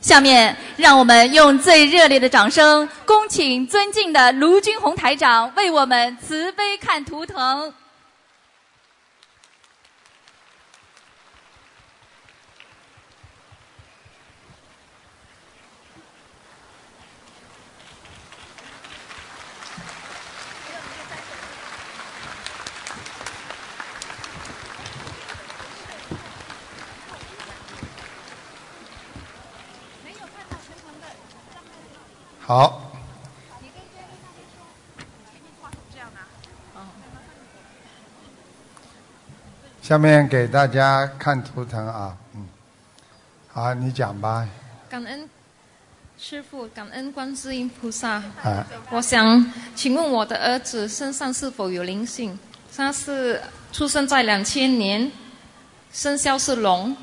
下面，让我们用最热烈的掌声，恭请尊敬的卢军红台长为我们慈悲看图腾。好。下面给大家看图腾啊，嗯，好，你讲吧，感恩师傅，感恩观世音菩萨。啊，我想请问我的儿子身上是否有灵性？他是出生在两千年，生肖是龙。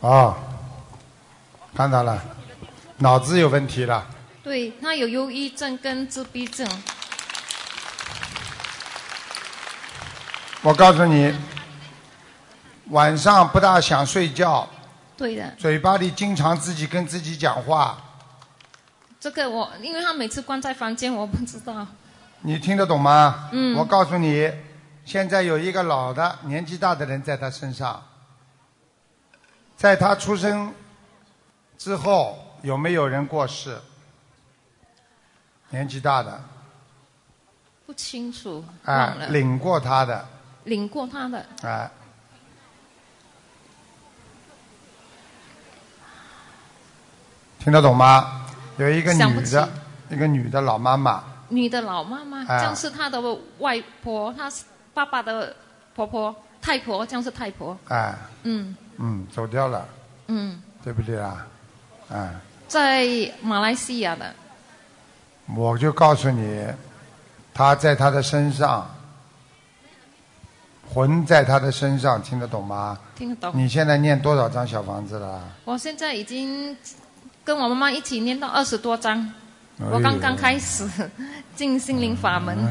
哦，看到了，脑子有问题了，对他有忧郁症跟自闭症，我告诉你，晚上不大想睡觉，对的，嘴巴里经常自己跟自己讲话，这个我因为他每次关在房间，我不知道。你听得懂吗？嗯我告诉你，现在有一个老的年纪大的人在他身上，在他出生之后有没有人过世？年纪大的，不清楚，啊忘了，领过他的，领过他的，啊，听得懂吗？有一个想不女的起，一个女的老妈妈，女的老妈妈，啊这样是她的外婆，她是爸爸的婆婆，太婆，这样是太婆。啊，嗯嗯，走掉了，嗯，对不对啊？啊，在马来西亚的，我就告诉你，她在她的身上，魂在她的身上，听得懂吗？听得懂？你现在念多少张小房子了啊？我现在已经跟我妈妈一起念到二十多章，我刚刚哎开始进心灵法门。呦，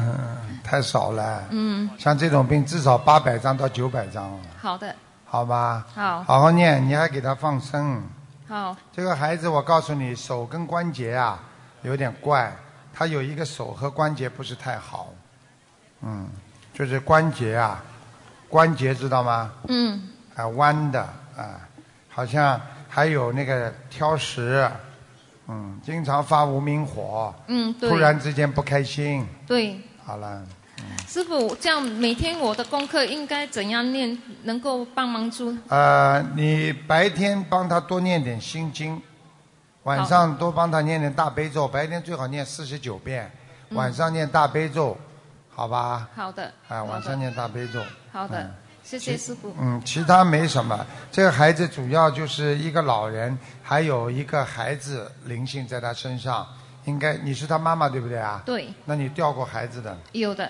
太少了。嗯，像这种病，至少八百张到九百张了，好的，好吧？好，好好念，你还给他放生。好，这个孩子，我告诉你，手跟关节啊有点怪，他有一个手和关节不是太好，嗯，就是关节啊，关节知道吗？嗯，啊，弯的啊，好像还有那个挑食，嗯，经常发无名火，嗯，对，突然之间不开心，对，好了，师傅，这样每天我的功课应该怎样念，能够帮忙助？呃，你白天帮他多念点心经，晚上多帮他念点大悲咒，白天最好念四十九遍，嗯晚上念大悲咒，好吧？好的，啊，晚上念大悲咒。好的，嗯谢谢师傅。嗯，其他没什么。这个孩子主要就是一个老人，还有一个孩子灵性在他身上。应该你是他妈妈对不对啊？对，那你掉过孩子的，有的。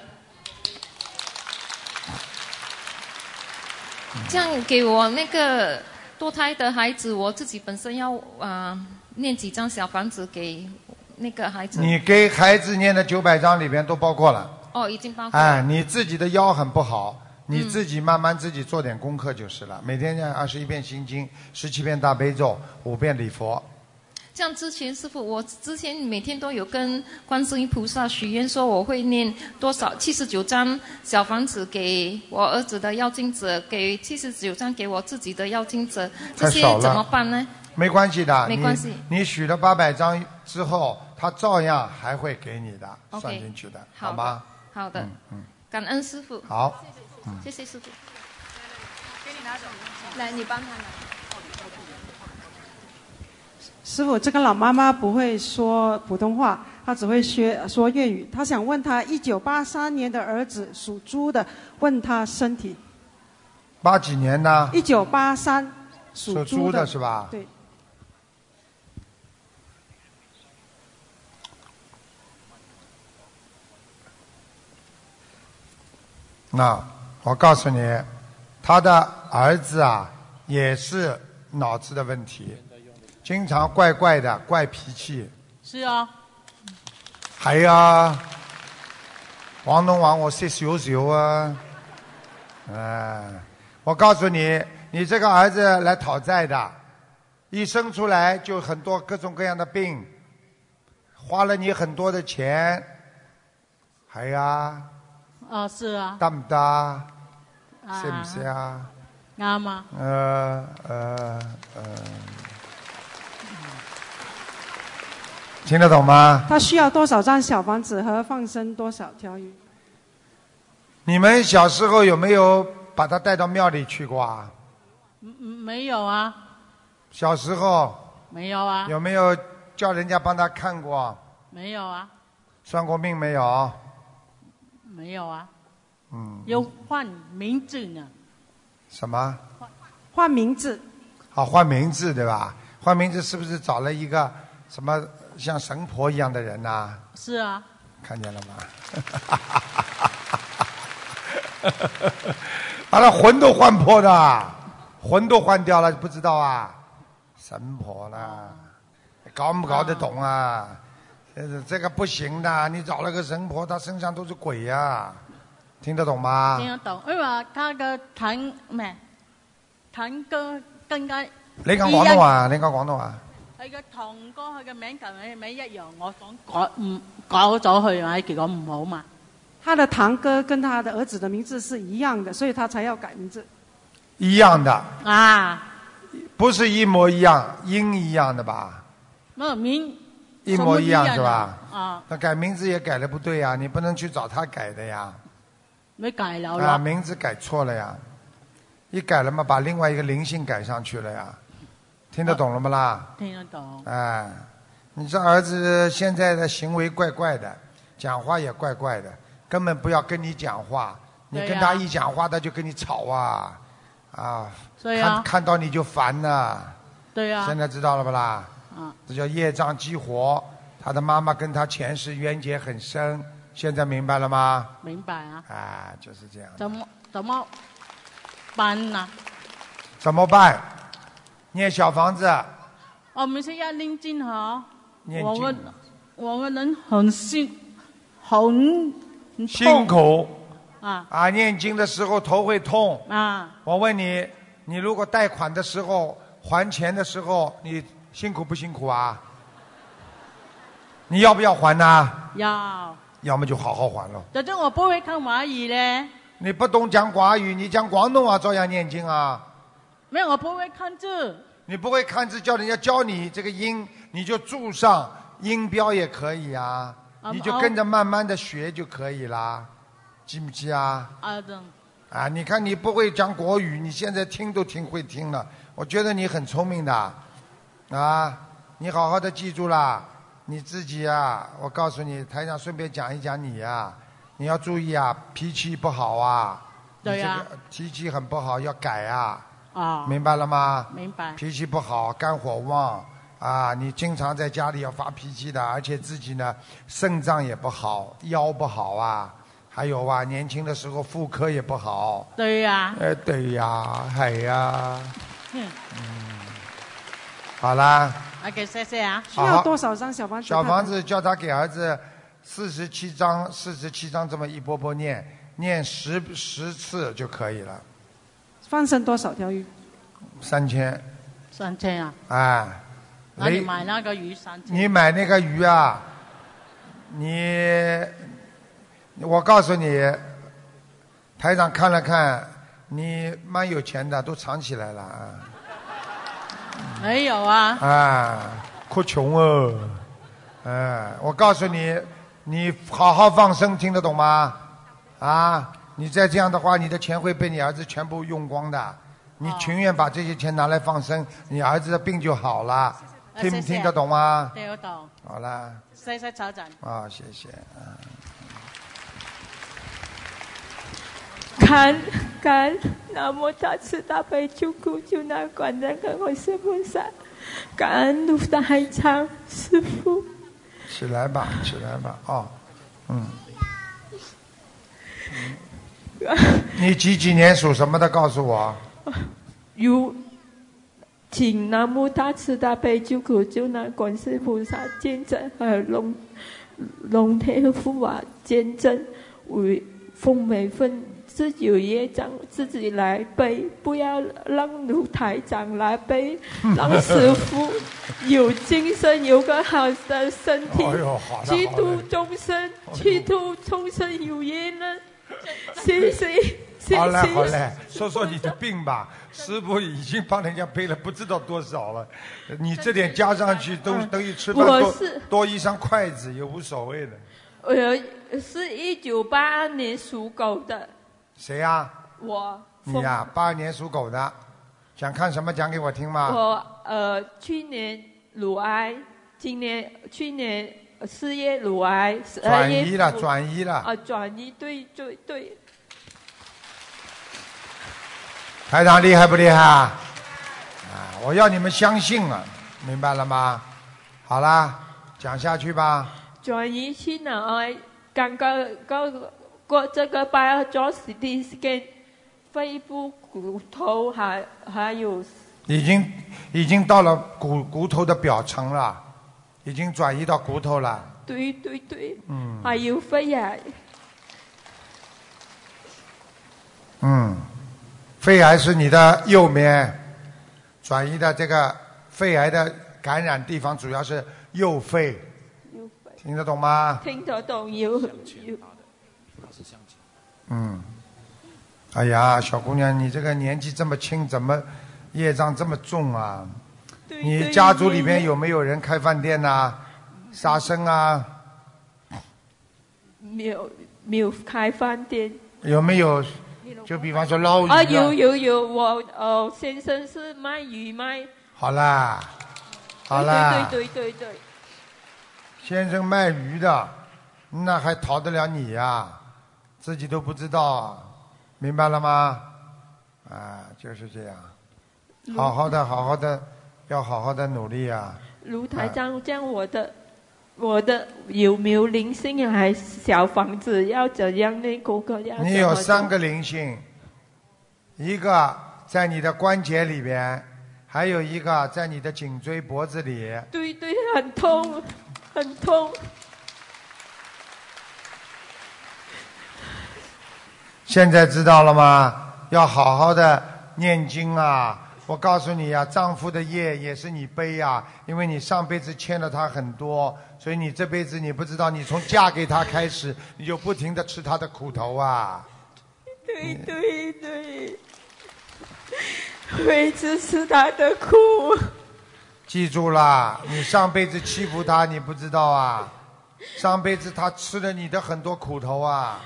这样给我那个堕胎的孩子，我自己本身要啊、呃念几张小房子给那个孩子。你给孩子念的九百章里边都包括了。哦，已经包括了。嗯哎，你自己的腰很不好，你自己慢慢自己做点功课就是了。每天念二十一遍心经，十七遍大悲咒，五遍礼佛。这样之前师傅，我之前每天都有跟观世音菩萨许愿，说我会念多少七十九张小房子给我儿子的要经者，给七十九张给我自己的要经者，这些太少了怎么办呢？没关系的，没关系你你许了八百张之后，他照样还会给你的 OK 算进去的，好的吗？好的，嗯，感恩师傅，好，谢谢师傅。来，你帮他拿。师傅，这个老妈妈不会说普通话，她只会学说粤语。她想问她一九八三年的儿子属猪的，问他身体。八几年呢？一九八三啊属属猪猪的的是吧？对，那我告诉你，他的儿子啊也是脑子的问题，经常怪怪的，怪脾气。是啊，系啊，广东话我识少少啊。哎、我告诉你，你这个儿子来讨债的，一生出来就很多各种各样的病，花了你很多的钱，还呀，哦，是啊，大不大？啊是不是啊？啱啊，呃呃呃，听得懂吗？他需要多少张小房子和放生多少条鱼？你们小时候有没有把他带到庙里去过啊？嗯嗯没有啊，小时候没有啊，有没有叫人家帮他看过、没有啊，算过命没有？没有啊，嗯，要换名字呢，什么？换名字，啊，换名字对吧？换名字是不是找了一个什么像神婆一样的人呐、是啊，看见了吗？ 完了，魂都换破的，魂都换掉了，不知道啊？神婆啦，搞不搞得懂啊？这个这个不行的，你找了个神婆，她身上都是鬼呀、听得懂吗？听得懂，因為他嘅堂咩堂哥更加你讲广东话，你讲广东话，佢嘅堂哥佢嘅名同你名一樣，我講改唔改咗佢嘛，結果唔好嘛，他的堂哥跟他的儿子的名字是一样的，所以他才要改名字。一样的，啊，不是一模一样，音一样的吧？乜名一模一样什麼是吧？啊，那改名字也改的不对呀、你不能去找他改的呀。咪改咗啊，啦，名字改错了呀，一改了嘛，把另外一个灵性改上去了呀，听得懂了吗啦？聽得懂，哎，你这儿子现在的行为怪怪的，讲话也怪怪的，根本不要跟你讲话，你对呀跟他一讲话，他就跟你吵啊，啊，所以看啊，看到你就烦呐、對啊现，在知道了不啦？啊。这叫业障激活，他的妈妈跟他前世冤结很深，现在明白了吗？明白啊？啊，就是这样。怎么怎么办啊？怎么办？念小房子，我们是哦要念经哈，念我经啊们，我们人很辛很很辛痛苦啊啊！念经的时候头会痛。啊！我问你，你如果贷款的时候还钱的时候，你辛苦不辛苦啊？你要不要还呢？要，要么就好好还喽。可是我不会看华语嘞，你不懂讲华语，你讲广东话照样念经啊。没有我不会看字，你不会看字，叫人家教你这个音，你就注上音标也可以啊，嗯你就跟着慢慢的学就可以啦，记不记啊？啊等啊，你看你不会讲国语，你现在听都听会听了，我觉得你很聪明的，啊，你好好的记住啦，你自己啊，我告诉你，台上顺便讲一讲你啊，你要注意啊，脾气不好啊，你对呀这个脾气很不好，要改啊，啊，明白了吗？明白脾气不好，肝火旺啊，你经常在家里要发脾气的，而且自己呢肾脏也不好，腰不好啊，还有啊，年轻的时候妇科也不好。对啊呀，哎，对呀，系呀，嗯好啦， ，OK，谢谢啊，需好要多少张小房子？小房子叫他给儿子四十七章，四十七章这么一波波念，念十十次就可以了，放生多少条鱼？三千，三千啊，哎，那你雷买那个鱼三千，你买那个鱼啊，你，我告诉你，台长看了看，你蛮有钱的，都藏起来了啊，没有啊，啊，哭穷哦，嗯，我告诉你，你好好放生，听得懂吗？啊，你再这样的话，你的钱会被你儿子全部用光的。你情愿把这些钱拿来放生，你儿子的病就好了，听啊谢谢听得懂吗？听得懂，好了。谢谢曹长，啊、谢谢。啊感恩感恩南无大慈大悲救苦救难广大感恩师菩萨，感恩卢大海长师父。起来吧，起来吧，哦， 嗯。你几几年属什么的？告诉我。如请南无大慈大悲救苦救难观世菩萨见证和龙啊龙天护法见证为奉每份自己有业障自己来背，不要让卢台长来 背，让师傅有精神，有个好的身体哎呦好，的去好的度众生，去度众生有缘人，谢谢谢谢。好嘞好嘞，说说你的病吧。师傅已经帮人家背了不知道多少了，你这点加上去都等于吃嗯饭我多是多一双筷子也无所谓的。我呃是一九八二年属狗的，谁呀、我你呀、八二年属狗的，想看什么讲给我听吗？我呃去年乳癌，今年去年四月乳癌，十二转月移了，腹转移了。啊转移对对对，台长厉害不厉害啊？啊，我要你们相信啊，明白了吗？好啦，讲下去吧。转移去脑癌，刚刚刚过这个 biology scan，肺部骨头还还有已经已经到了骨骨头的表层了，已经转移到骨头了。对对对，嗯还有肺癌，嗯，肺癌是你的右面转移的这个肺癌的感染地方，主要是右肺，有肺听得懂吗？听得懂有有嗯，哎呀，小姑娘，你这个年纪这么轻，怎么业障这么重啊？对你对家族里面有没有人开饭店呐、啊杀生啊？没有没有开饭店？有没有？就比方说捞鱼啊，有。有有，我呃先生是卖鱼卖，好啦，好啦，对对对对对，先生卖鱼的，那还逃得了你呀、自己都不知道啊，明白了吗？啊，就是这样，嗯好好的，好好的，要好好的努力啊。卢台长这样我的我的有没有灵性啊？还是小房子要怎样呢？哥哥要你怎有么三做个灵性，一个在你的关节里边，还有一个在你的颈椎脖子里。对对，很痛很痛，现在知道了吗？要好好的念经啊！我告诉你啊，丈夫的业也是你背啊，因为你上辈子欠了他很多，所以你这辈子你不知道，你从嫁给他开始，你就不停的吃他的苦头啊！对对对，会支持他的苦，记住啦，你上辈子欺负他，你不知道啊，上辈子他吃了你的很多苦头啊，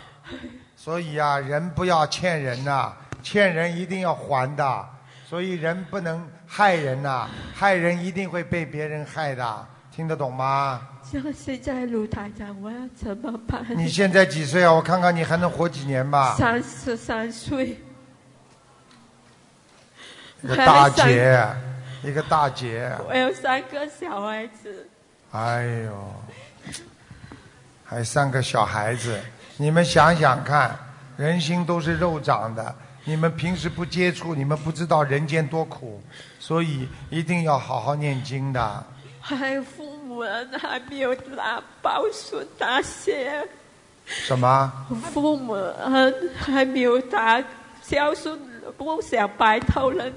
所以啊，人不要欠人呐、欠人一定要还的，所以人不能害人呐、害人一定会被别人害的，听得懂吗？像现在卢台长我要怎么办？你现在几岁啊？我看看你还能活几年吧。三十三岁。一个大姐，一个大姐，我有三个小孩子，哎呦，还三个小孩子，你们想想看，人心都是肉长的，你们平时不接触，你们不知道人间多苦，所以一定要好好念经的。还有父母恩还没有拿报数那些，什么？父母恩还没有打孝顺，不想白头人，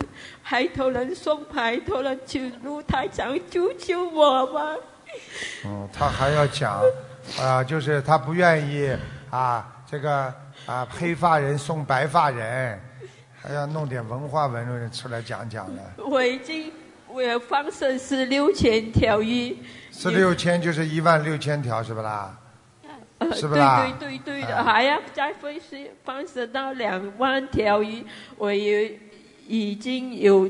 白头人送白头人去露台长救救我吧！嗯，他还要讲，啊、就是他不愿意啊，这个啊，黑发人送白发人，还要弄点文化文人出来讲讲的。我已经我放生十六千条鱼，是六千就是一万六千条，是 不啦？呃是不啦对对对对啊的，还要再分析放生到两万条鱼，我有已经有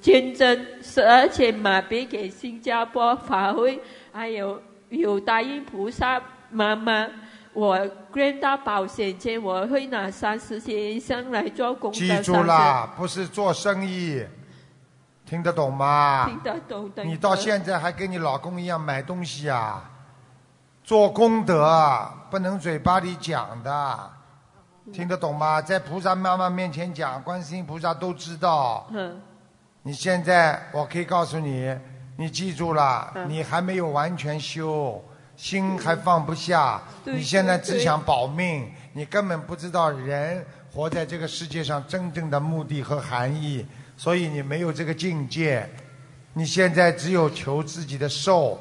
捐赠十二千马币给新加坡法会，还有有答应菩萨妈妈，我捐到保险钱，我会拿三十千以上来做功德记上住啦，不是做生意，听得懂吗身，？听得懂的。你到现在还跟你老公一样买东西啊？做功德啊不能嘴巴里讲的，嗯听得懂吗？在菩萨妈妈面前讲，观世音菩萨都知道。嗯，你现在我可以告诉你，你记住了，嗯你还没有完全修，心还放不下，对你现在对只对想保命，你根本不知道人活在这个世界上真正的目的和含义，所以你没有这个境界。你现在只有求自己的寿，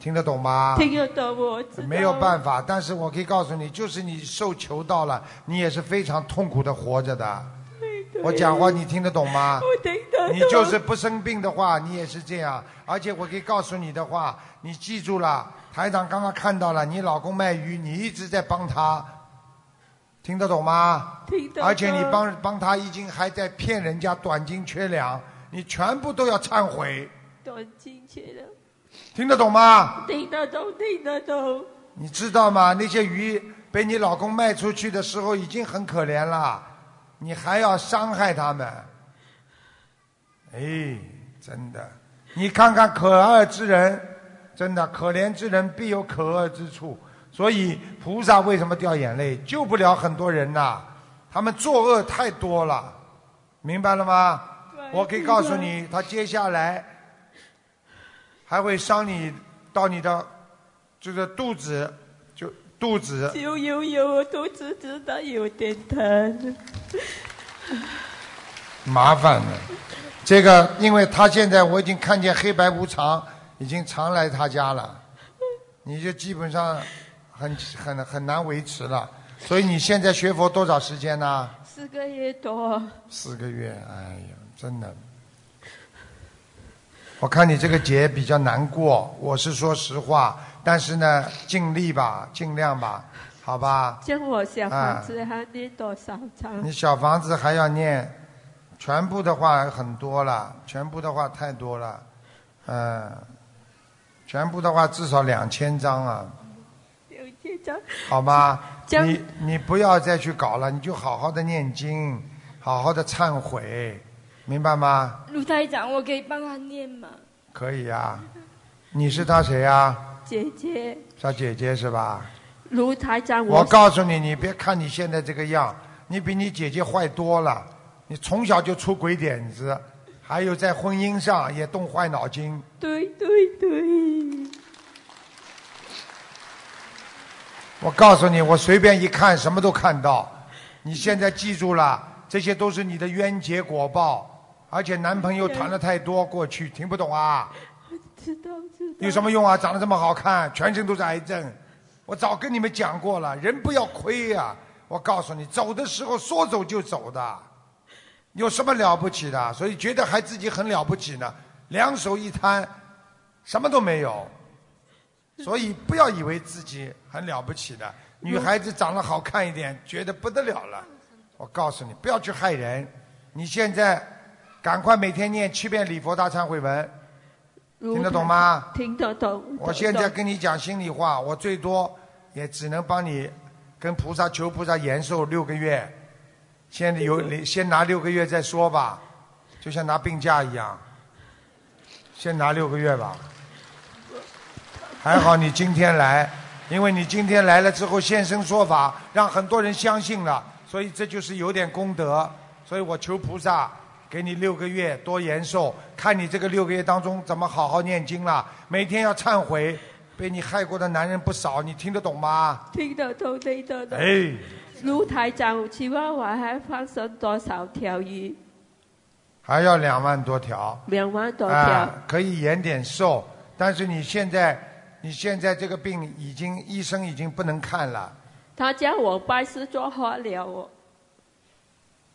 听得懂吗？听得懂我知道。没有办法，但是我可以告诉你，就是你受求到了，你也是非常痛苦的活着的。对我讲话你听得懂吗？我听得懂 你就是不生病的话，你也是这样。而且我可以告诉你的话，你记住了，台长刚刚看到了，你老公卖鱼，你一直在帮他，听得懂吗？听得懂而且你帮帮他已经还在骗人家短斤缺两，你全部都要忏悔，短进去了，听得懂吗？听得懂，听得懂。你知道吗？那些鱼被你老公卖出去的时候已经很可怜了，你还要伤害他们，哎，真的，你看看可爱之人，真的可怜之人必有可恶之处。所以菩萨为什么掉眼泪？救不了很多人呐、他们作恶太多了，明白了吗？我可以告诉你，他接下来还会伤你到你的这个肚子，就肚子。有有有，我肚子知道有点疼。麻烦了。这个，因为他现在我已经看见黑白无常已经常来他家了，你就基本上很很很难维持了。所以你现在学佛多少时间呢？四个月多，四个月，哎呀，真的。我看你这个节比较难过，我是说实话，但是呢，尽力吧，尽量吧，好吧。像我小啊房子还念多少章？你小房子还要念，全部的话很多了，全部的话太多了，嗯，全部的话至少两千张啊，有几章？好吗？将你你不要再去搞了，你就好好的念经，好好的忏悔，明白吗？卢台长，我可以帮他念吗？可以啊。你是他谁啊？姐姐，他姐姐是吧？卢台长，我告诉你，你别看你现在这个样，你比你姐姐坏多了。你从小就出鬼点子，还有在婚姻上也动坏脑筋。对对对，我告诉你，我随便一看，什么都看到。你现在记住了，这些都是你的冤结果报，而且男朋友谈的太多，过去听不懂啊，知道知道。 有什么用啊？长得这么好看，全身都是癌症。我早跟你们讲过了，人不要亏呀、我告诉你，走的时候说走就走的，有什么了不起的？所以觉得还自己很了不起呢，两手一摊，什么都没有。所以不要以为自己很了不起的，女孩子长得好看一点，觉得不得了了。我告诉你，不要去害人。你现在赶快每天念七遍礼佛大忏悔文，卢听得懂台？吗？听得懂。我现在跟你讲心里话，我最多也只能帮你跟菩萨求菩萨延寿六个月，先有先拿六个月再说吧，就像拿病假一样，先拿六个月吧。还好你今天来，因为你今天来了之后现身说法，让很多人相信了，所以这就是有点功德。所以我求菩萨给你六个月多延寿，看你这个六个月当中怎么好好念经了。每天要忏悔，被你害过的男人不少，你听得懂吗？听得懂，听得懂。哎，卢台长，请问我还放生多少条鱼？还要两万多条。两万多条。啊，可以延点寿，但是你现在，你现在这个病已经医生已经不能看了。他叫我拜师做好了哦，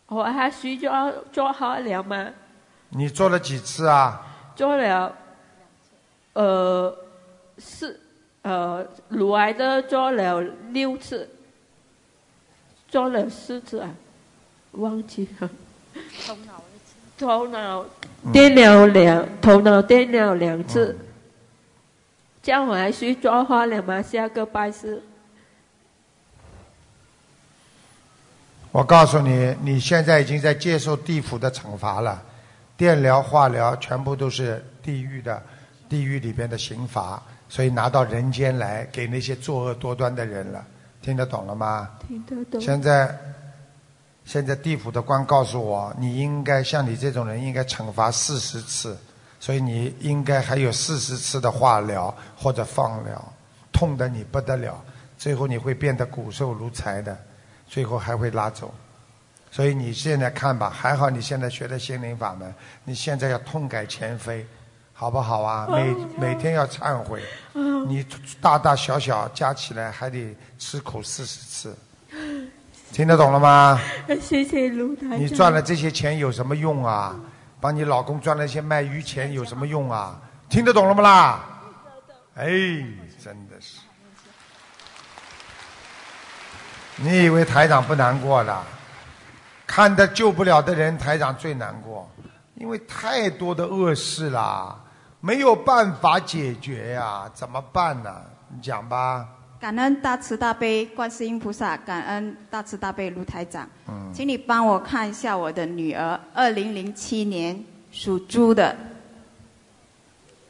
我还需要做好了吗？你做了几次啊？做了，呃，四呃，乳癌的做了六次，做了四次啊，忘记了。头脑电了两，头脑电了两次，这样我还需做好了吗？下个拜师。我告诉你，你现在已经在接受地府的惩罚了，电疗、化疗全部都是地狱的，地狱里边的刑罚，所以拿到人间来给那些作恶多端的人了，听得懂了吗？听得懂。现在，现在地府的官告诉我，你应该像你这种人应该惩罚四十次，所以你应该还有四十次的化疗或者放疗，痛得你不得了，最后你会变得骨瘦如柴的，最后还会拉走。所以你现在看吧，还好你现在学的心灵法门，你现在要痛改前非，好不好啊？每每天要忏悔，你大大小小加起来还得吃苦四十次，听得懂了吗？谢谢卢台长。你赚了这些钱有什么用啊？帮你老公赚了一些卖鱼钱有什么用啊？听得懂了不啦？哎，真的是。你以为台长不难过的？看得救不了的人，台长最难过，因为太多的恶事啦，没有办法解决呀、怎么办呢、你讲吧，感恩大慈大悲观世音菩萨，感恩大慈大悲卢台长，嗯，请你帮我看一下我的女儿，二零零七年属猪的，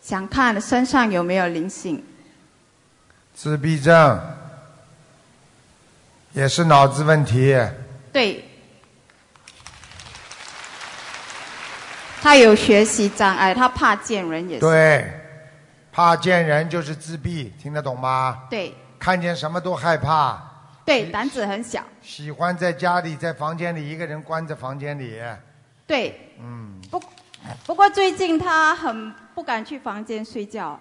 想看身上有没有灵性，自闭症也是脑子问题，对，她有学习障碍，她怕见人也是，对，怕见人就是自闭，听得懂吗？对看见什么都害怕，对，胆子很小，喜欢在家里在房间里一个人关在房间里，对，嗯，不过最近她很不敢去房间睡觉，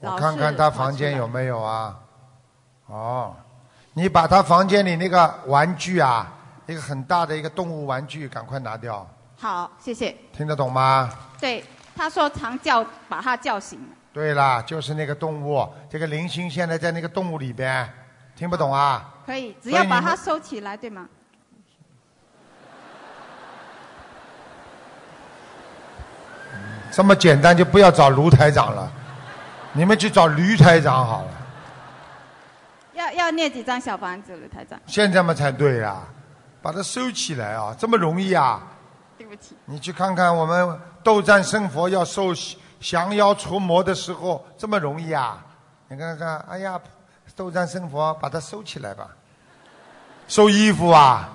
我老看是看他跑房出间来有没有啊？哦，你把他房间里那个玩具啊，一个很大的一个动物玩具，赶快拿掉，好，谢谢。听得懂吗？对，他说常叫把他叫醒了。对啦，就是那个动物，这个零星现在在那个动物里边，听不懂啊？可以，只所以要你把们它收起来，对吗？这么简单就不要找卢台长了，你们去找驴台长好了，要要念几张小房子了，台长？现在嘛才对呀、把它收起来啊，这么容易啊？对不起，你去看看我们斗战胜佛要受降妖除魔的时候，这么容易啊？你看看，哎呀，斗战胜佛，把它收起来吧，收衣服啊，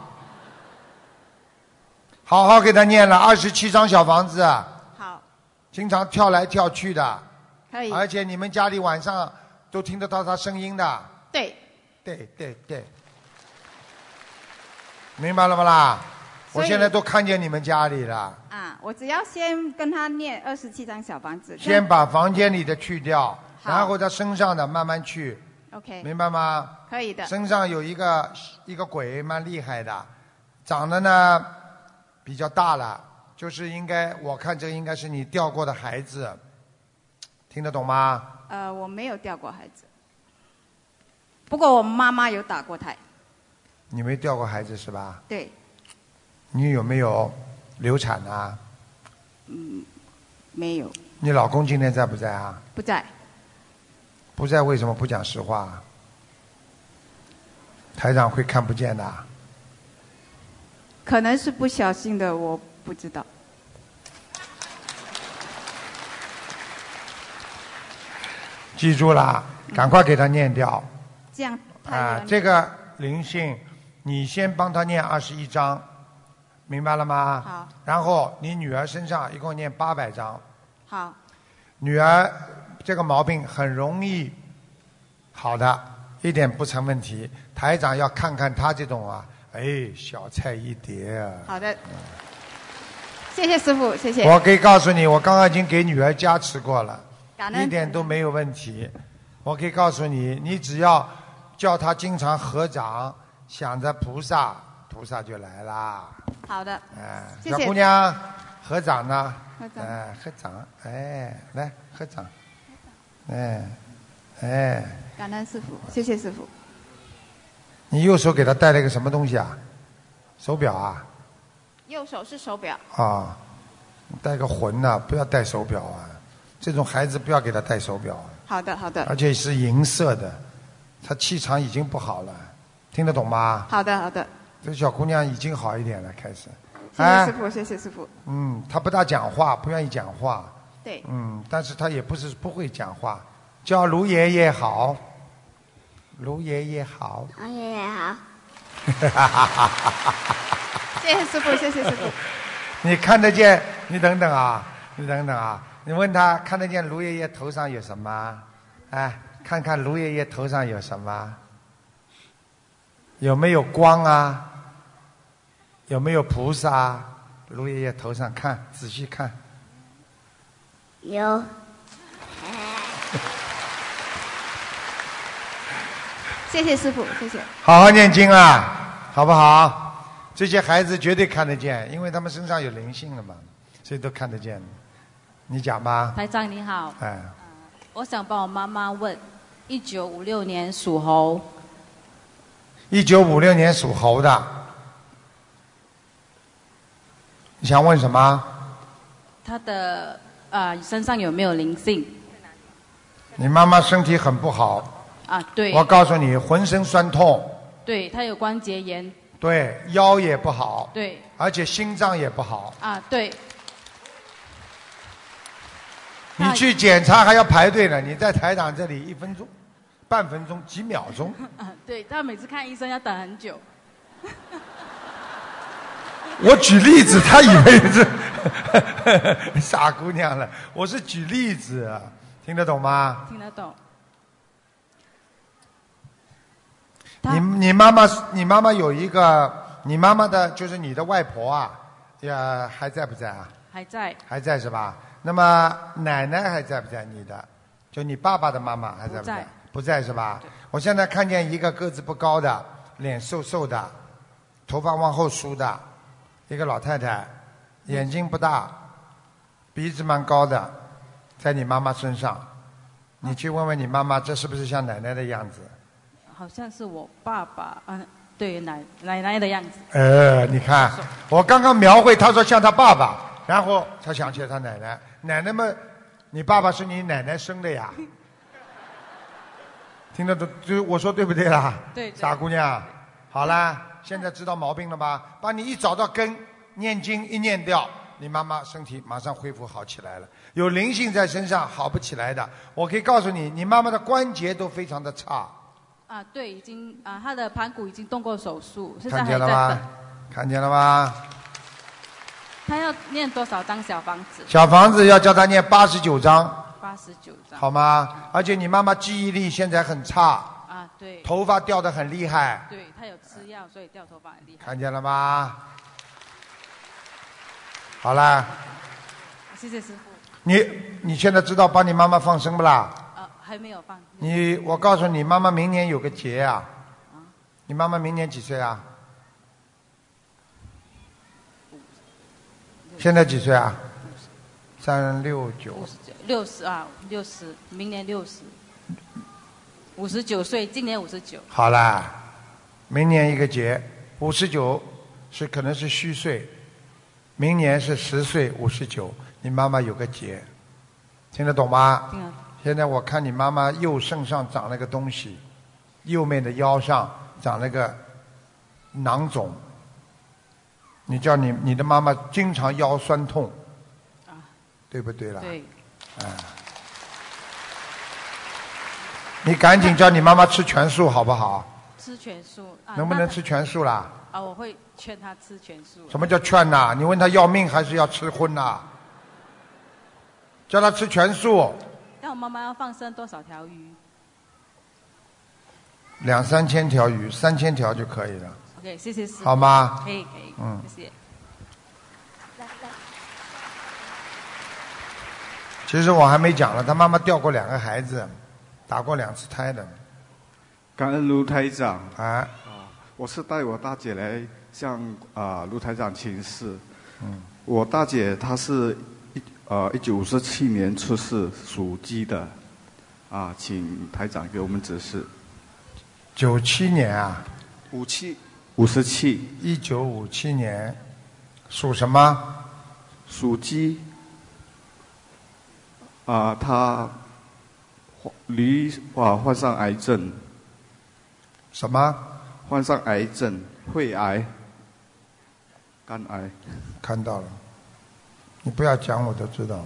好好给他念了二十七张小房子，好，经常跳来跳去的，可以。而且你们家里晚上都听得到他声音的，对，对对对，明白了不啦？我所以现在都看见你们家里了。啊，我只要先跟他念二十七张小房子。这先样把房间里的去掉，好然后他身上的慢慢去， OK，明白吗？可以的。身上有一个一个鬼，蛮厉害的，长得呢比较大了，就是应该我看这个应该是你掉过的孩子，听得懂吗？呃，我没有掉过孩子，不过我妈妈有打过胎。你没掉过孩子是吧？对，你有没有流产啊？嗯，没有，你老公今天在不在啊？不在。不在为什么不讲实话啊？台长会看不见的啊。可能是不小心的，我不知道。记住啦，赶快给他念掉。这样嗯太啊、冤了这个灵性，你先帮他念二十一章，明白了吗？好。然后你女儿身上一共念八百章，好，女儿这个毛病很容易好的，一点不成问题。台长要看看她这种啊，哎，小菜一碟啊。好的，谢谢师傅，谢谢。我可以告诉你，我刚刚已经给女儿加持过了。感一恩点都没有问题。我可以告诉你，你只要叫他经常合掌，想着菩萨，菩萨就来啦。好的，哎，谢小谢姑娘，啊合掌呢？合掌哎，合掌，哎，来合掌，哎，哎，感恩师傅，谢谢师傅。你右手给他戴了一个什么东西啊？手表啊？右手是手表，啊，戴个魂呐、不要戴手表啊！这种孩子不要给他戴手表啊。好的，好的，而且是银色的，她气场已经不好了，听得懂吗？好的，好的，这小姑娘已经好一点了，开始。谢谢哎师，傅，谢谢师傅。嗯，她不大讲话，不愿意讲话，对，嗯，但是她也不是不会讲话，叫卢爷爷好，卢爷爷好，老爷爷好，谢谢师傅，谢谢师傅。你看得见？你等等啊，你等等啊，你问他看得见卢爷爷头上有什么？哎，看看卢爷爷头上有什么？有没有光啊？有没有菩萨？啊卢爷爷头上看，仔细看。有谢谢师傅，谢谢。好好念经啊，好不好？这些孩子绝对看得见，因为他们身上有灵性了嘛，所以都看得见。你讲吧，台长你好，哎，我想帮我妈妈问，一九五六年属猴，一九五六年属猴的，你想问什么？她的呃身上有没有灵性你妈妈身体很不好，啊？对，我告诉你，浑身酸痛，对，她有关节炎，对，腰也不好，对而且心脏也不好。啊，对，你去检查还要排队呢，你在台长这里一分钟、半分钟、几秒钟，对，但每次看医生要等很久。我举例子，他以为是 傻姑娘了。我是举例子，啊听得懂吗？听得懂？你你妈妈你妈妈有一个，你妈妈的就是你的外婆啊，呀还在不在啊？还在还在是吧？那么奶奶还在不在？你的，就你爸爸的妈妈还在不不在？在不在是吧？我现在看见一个个子不高的，脸瘦瘦的，头发往后梳的，一个老太太，眼睛不大，鼻子蛮高的，在你妈妈身上。你去问问你妈妈，这是不是像奶奶的样子？好像是我爸爸，嗯、对奶奶奶的样子，呃，你看，我刚刚描绘，他说像他爸爸，然后他想起了他奶奶，奶奶们，你爸爸是你奶奶生的呀，听得懂？就我说对不对啦？对对傻姑娘，好啦，现在知道毛病了吧？把你一找到根，念经一念掉，你妈妈身体马上恢复好起来了。有灵性在身上好不起来的，我可以告诉你，你妈妈的关节都非常的差，啊，对，已经啊，她的盘骨已经动过手术，现在看还见了在吗等，？看见了吗？她要念多少张小房子？小房子要叫他念八十九章。八十九张，好吗？而且你妈妈记忆力现在很差，啊，对，头发掉得很厉害，对，她有吃药，所以掉头发很厉害。看见了吗？好啦，谢谢师傅，你你现在知道帮你妈妈放生不啦？呃，还没有放，你我告诉你，妈妈明年有个节啊。你妈妈明年几岁啊？现在几岁啊？三六九，六十啊，六十，明年六十，五十九岁，今年五十九，好啦，明年一个节，五十九是可能是虚岁，明年是十岁五十九，你妈妈有个节，听得懂吗？听得懂现在我看你妈妈右肾上长了个东西，右面的腰上长了个囊肿，你叫你你的妈妈经常腰酸痛，对不对啦？啊对，你赶紧叫你妈妈吃全素好不好？吃全素，啊、能不那能她吃全素啦？啊？我会劝她吃全素。什么叫劝呐、你问他要命还是要吃荤呐、叫他吃全素，那我妈妈要放生多少条鱼两三千条鱼，三千条就可以了。 ？OK，谢谢师傅。好吗可以可以，嗯谢谢。其实我还没讲了，他妈妈掉过两个孩子，打过两次胎的。感恩卢台长啊，我是带我大姐来向啊、卢台长请示。嗯我大姐她是一呃一九五七年出世，属鸡的，啊，请台长给我们指示。九七年啊，五七五十七，一九五七年，属什么？属鸡。啊、她患罹啊患上癌症。什么？患上癌症，肺癌，肝癌。看到了，你不要讲，我都知道了。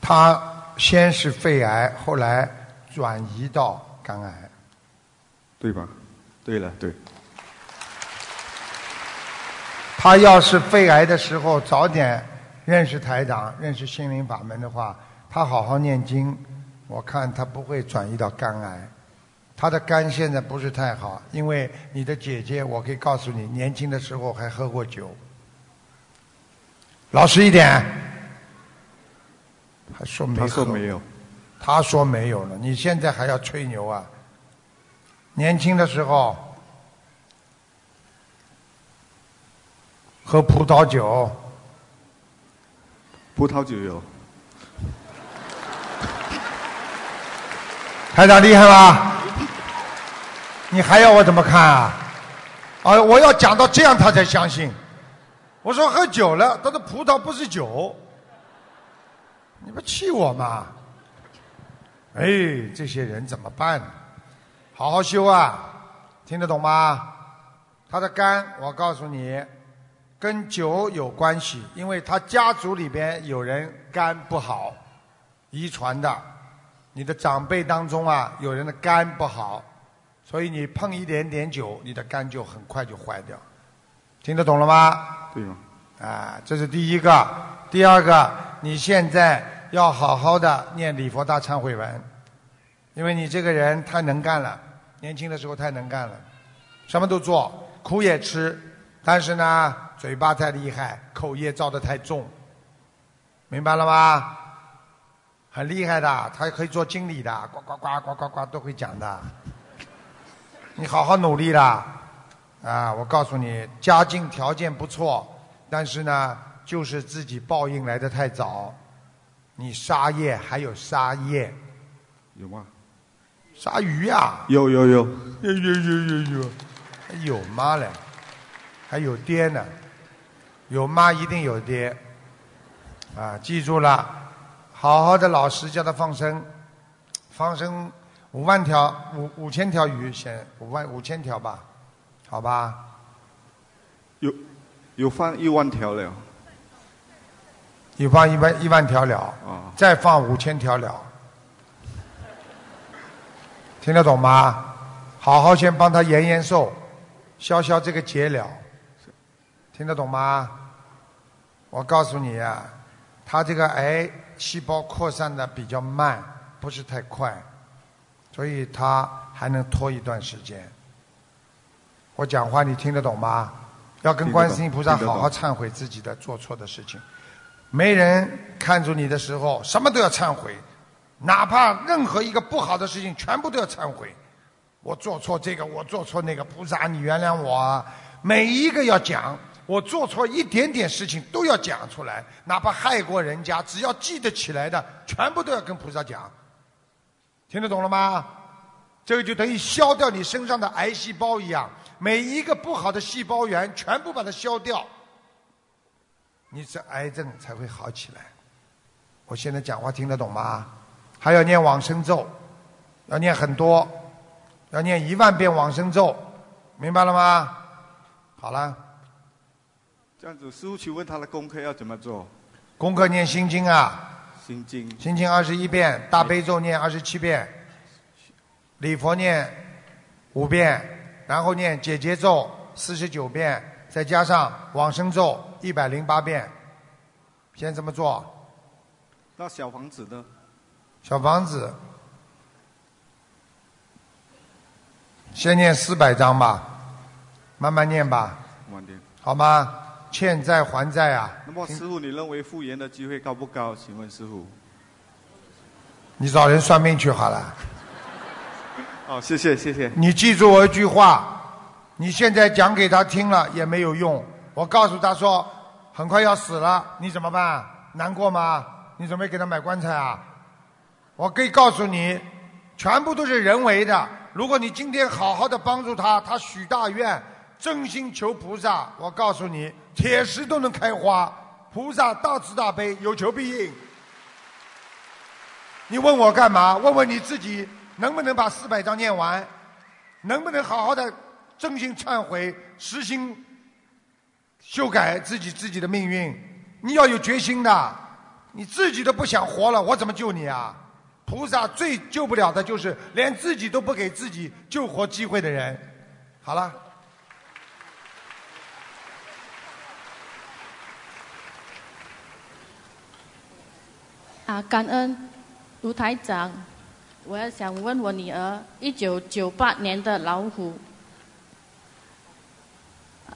他先是肺癌，后来转移到肝癌。对吧？对了，对，他要是肺癌的时候早点认识台长、认识心灵法门的话，他好好念经，我看他不会转移到肝癌。他的肝现在不是太好，因为你的姐姐，我可以告诉你，年轻的时候还喝过酒。老实一点，还说没他说喝没有，他说没有了，你现在还要吹牛啊？年轻的时候喝葡萄酒，葡萄酒有，台长厉害吧？你还要我怎么看啊？哎，我要讲到这样他才相信。我说喝酒了，他的葡萄不是酒，你不气我吗？哎，这些人怎么办？好好修啊，听得懂吗？他的肝，我告诉你，跟酒有关系，因为他家族里边有人肝不好，遗传的。你的长辈当中啊，有人的肝不好，所以你碰一点点酒，你的肝就很快就坏掉。听得懂了吗？对吗？啊，这是第一个。第二个，你现在要好好的念礼佛大忏悔文，因为你这个人太能干了，年轻的时候太能干了，什么都做，苦也吃，但是呢，嘴巴太厉害，口业造得太重，明白了吗？很厉害的，他可以做经理的，呱呱呱呱呱呱都会讲的。你好好努力啦，啊，我告诉你，家境条件不错，但是呢，就是自己报应来得太早，你杀业还有杀业，有吗？杀鱼啊呀、有有有，有有有有有，还有哎妈嘞，还有爹呢，有妈一定有爹，啊，记住了，好好的老师叫他放生，放生五万条五五千条鱼先五万五千条吧，好吧，有有放一万条了你放一万一万条了，啊，再放五千条了，听得懂吗？好好先帮他延延寿，消消这个结了，听得懂吗？我告诉你啊，他这个癌细胞扩散的比较慢，不是太快，所以他还能拖一段时间。我讲话你听得懂吗？要跟观世音菩萨好好忏悔自己的做错的事情。没人看住你的时候，什么都要忏悔，哪怕任何一个不好的事情，全部都要忏悔。我做错这个，我做错那个，菩萨你原谅我啊！每一个要讲，我做错一点点事情都要讲出来，哪怕害过人家，只要记得起来的，全部都要跟菩萨讲。听得懂了吗？这个就等于消掉你身上的癌细胞一样，每一个不好的细胞源全部把它消掉，你这癌症才会好起来。我现在讲话听得懂吗？还要念往生咒，要念很多，要念一万遍往生咒，明白了吗？好了，这样子，师傅，请问他的功课要怎么做？功课念心经啊，心经心经二十一遍，大悲咒念二十七遍，礼佛念五遍，然后念解结咒四十九遍，再加上往生咒一百零八遍。先这么做？那小房子呢？小房子，先念四百章吧，慢慢念吧，晚点。好吗？欠债还债啊！那么，师傅，你认为复原的机会高不高？请问师傅。你找人算命去好了。哦，嗯谢谢谢谢。你记住我一句话，你现在讲给他听了也没有用。我告诉他说，很快要死了，你怎么办？难过吗？你准备给他买棺材啊？我可以告诉你，全部都是人为的。如果你今天好好的帮助他，他许大愿，真心求菩萨，我告诉你，铁石都能开花。菩萨大慈大悲，有求必应。你问我干嘛？问问你自己，能不能把四百章念完？能不能好好的真心忏悔、实心修改自己自己的命运？你要有决心的，你自己都不想活了，我怎么救你啊？菩萨最救不了的就是连自己都不给自己救活机会的人。好了，啊，感恩卢台长，我要想问我女儿，一九九八年的老虎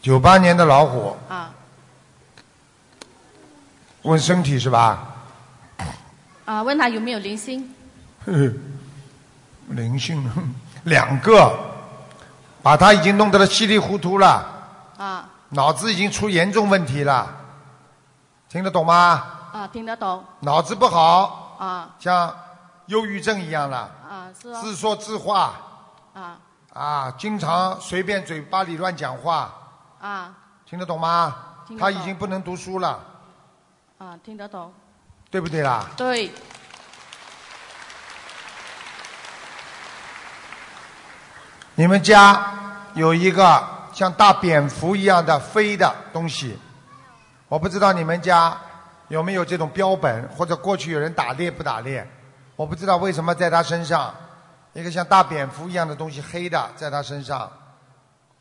九八年的老虎，啊问身体是吧？啊，问她有没有灵性？呵呵 灵性 哼两个，把他已经弄得了稀里糊涂了，啊脑子已经出严重问题了，听得懂吗？啊，听得懂脑子不好，啊像忧郁症一样了，啊是 哦自说自话啊啊，经常随便嘴巴里乱讲话，啊听得懂吗？听得他懂已经不能读书了，啊，听得懂。对不对啦？对，你们家有一个像大蝙蝠一样的飞的东西，我不知道你们家有没有这种标本，或者过去有人打猎不打猎，我不知道为什么在他身上一个像大蝙蝠一样的东西黑的在他身上，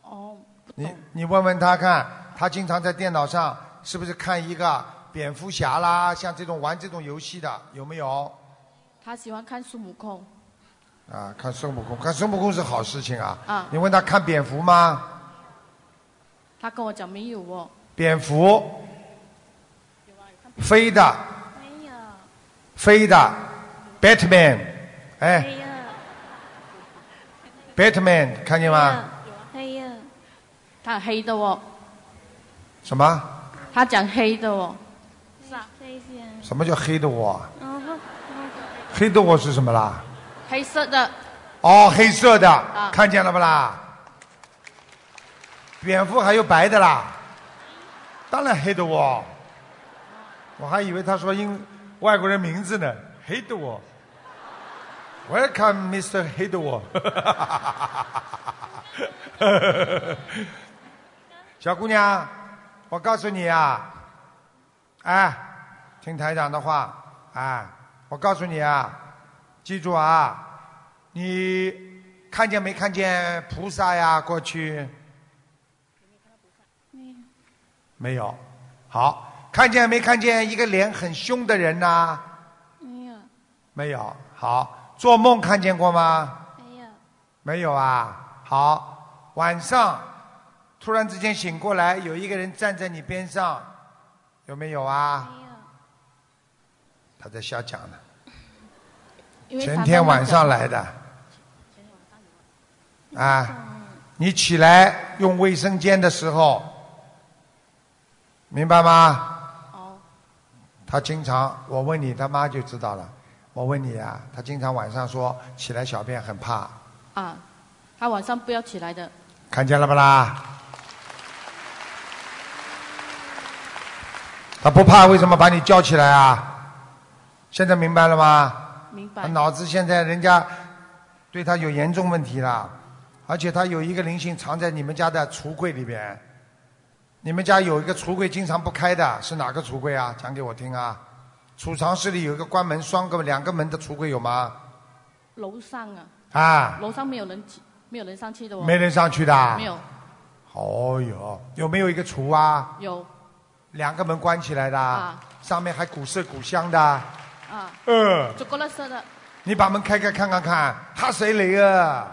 哦你你问问他看，他经常在电脑上是不是看一个蝙蝠侠啦，像这种玩这种游戏的有没有？她喜欢看孙悟空啊，看孙悟空，看孙悟空是好事情啊。啊你问他看蝙蝠吗？她跟我讲没有哦，蝙蝠飞的，飞的，Batman，哎哎呀， ，Batman，看见吗？哎呀，她黑的哦，什么？她讲黑的哦，谢谢。什么叫黑的我？嗯，黑的我是什么啦？黑色的哦，黑色的，啊看见了不啦？蝙蝠还有白的啦，当然黑的我，我还以为他说英外国人名字呢，黑的我。Welcome, Mr. 黑的我。 小姑娘，我告诉你啊，哎，听台长的话，哎，我告诉你啊，记住啊，你看见没看见菩萨呀？过去没有。好，看见没看见一个脸很凶的人呐、没有，没有。好，做梦看见过吗？没有，没有啊。好，晚上突然之间醒过来，有一个人站在你边上，有没有啊？没有。他在瞎讲呢，因为她妈前妈天晚上讲来的。啊，你起来用卫生间的时候，明白吗？哦他经常，我问你他妈就知道了。我问你啊，他经常晚上说起来小便很怕，啊，她晚上不要起来的，看见了不啦？他不怕，为什么把你叫起来啊？现在明白了吗？明他白？脑子现在人家对他有严重问题了，而且他有一个灵性藏在你们家的橱柜里边。你们家有一个橱柜经常不开的，是哪个橱柜啊？讲给我听啊！储藏室里有一个关门双个两个门的橱柜有吗？楼上啊，啊，楼上没有人起，没有人上去的哦，没人上去的啊没有哦哟，有没有一个橱啊？有两个门关起来的，啊上面还古色古香的。啊，嗯，朱古力色的你把门开开看看看，哈谁雷啊？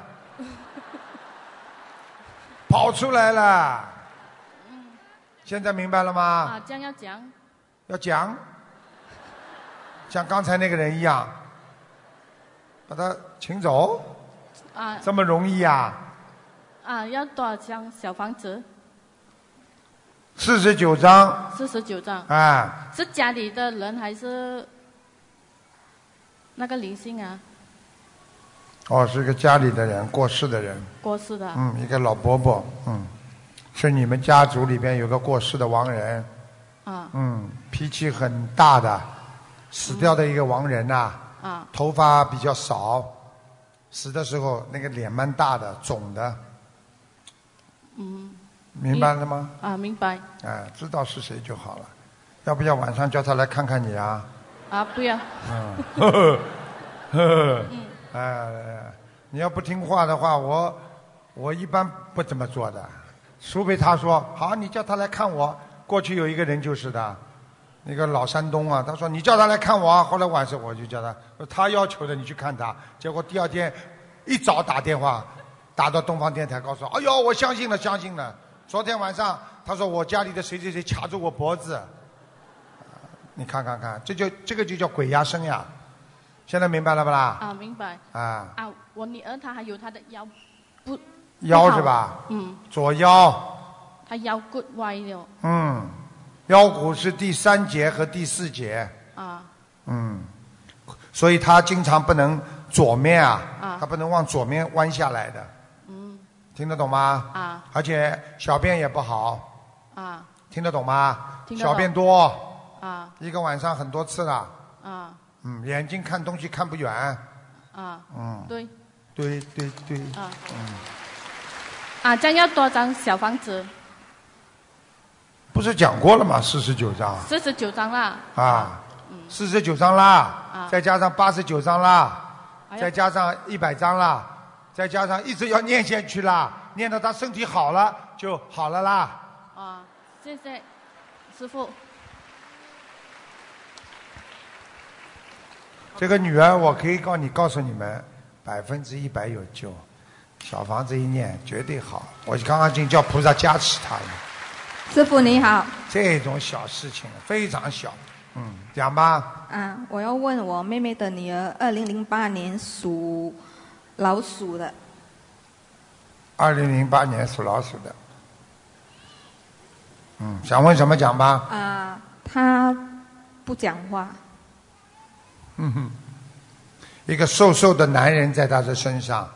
跑出来了。现在明白了吗？啊，这样要讲要讲，像刚才那个人一样，把他请走，啊这么容易啊？啊，要多少张小房子？四十九章，四十九张，哎，是家里的人还是那个灵性啊？哦，是个家里的人，过世的人，过世的啊、嗯，一个老伯伯，嗯，是你们家族里边有个过世的亡人，啊嗯，脾气很大的，死掉的一个亡人呐、啊头发比较少，死的时候那个脸蛮大的，肿的，嗯明白了吗？嗯啊，明白哎，知道是谁就好了。要不要晚上叫他来看看你啊？啊，不要嗯，呵呵，呵呵，哎，你要不听话的话，我我一般不这么做的，除非他说好，你叫他来看我。过去有一个人就是的，那个老山东啊，他说你叫他来看我啊。后来晚上我就叫他，他要求的你去看他。结果第二天一早打电话，打到东方电台，告诉我，哎呦，我相信了，相信了。昨天晚上他说我家里的谁谁谁卡住我脖子，啊你看看看，这就这个就叫鬼压身呀。现在明白了不啦？啊，明白。啊，啊，我女儿她还有她的腰不腰是吧？嗯，左腰，她腰骨歪了嗯，腰骨是第三节和第四节，啊嗯，所以他经常不能左面啊，啊他不能往左面弯下来的，嗯听得懂吗？啊而且小便也不好， 啊听得懂吗？听得懂小便多，啊一个晚上很多次了，啊嗯，眼睛看东西看不远，啊，嗯，对对对对，啊嗯，啊，将要多张小房子，不是讲过了吗？四十九章四十九张啦，啊，四十九章啦啊，再加上八十九章啦。哎呀再加上一百张啦，再加上一直要念下去啦，念到他身体好了就好了啦。啊，谢谢师傅这个女儿，我可以告你告诉你们，百分之一百有救。小房子一念绝对好，我刚刚就叫菩萨加持她了。师傅你好，这种小事情非常小，嗯，讲吧，啊，我要问我妹妹的女儿，二零零八年属老鼠的，二零零八年属老鼠的，嗯，想问什么讲吧，啊，她不讲话，嗯哼，一个瘦瘦的男人在他的身上，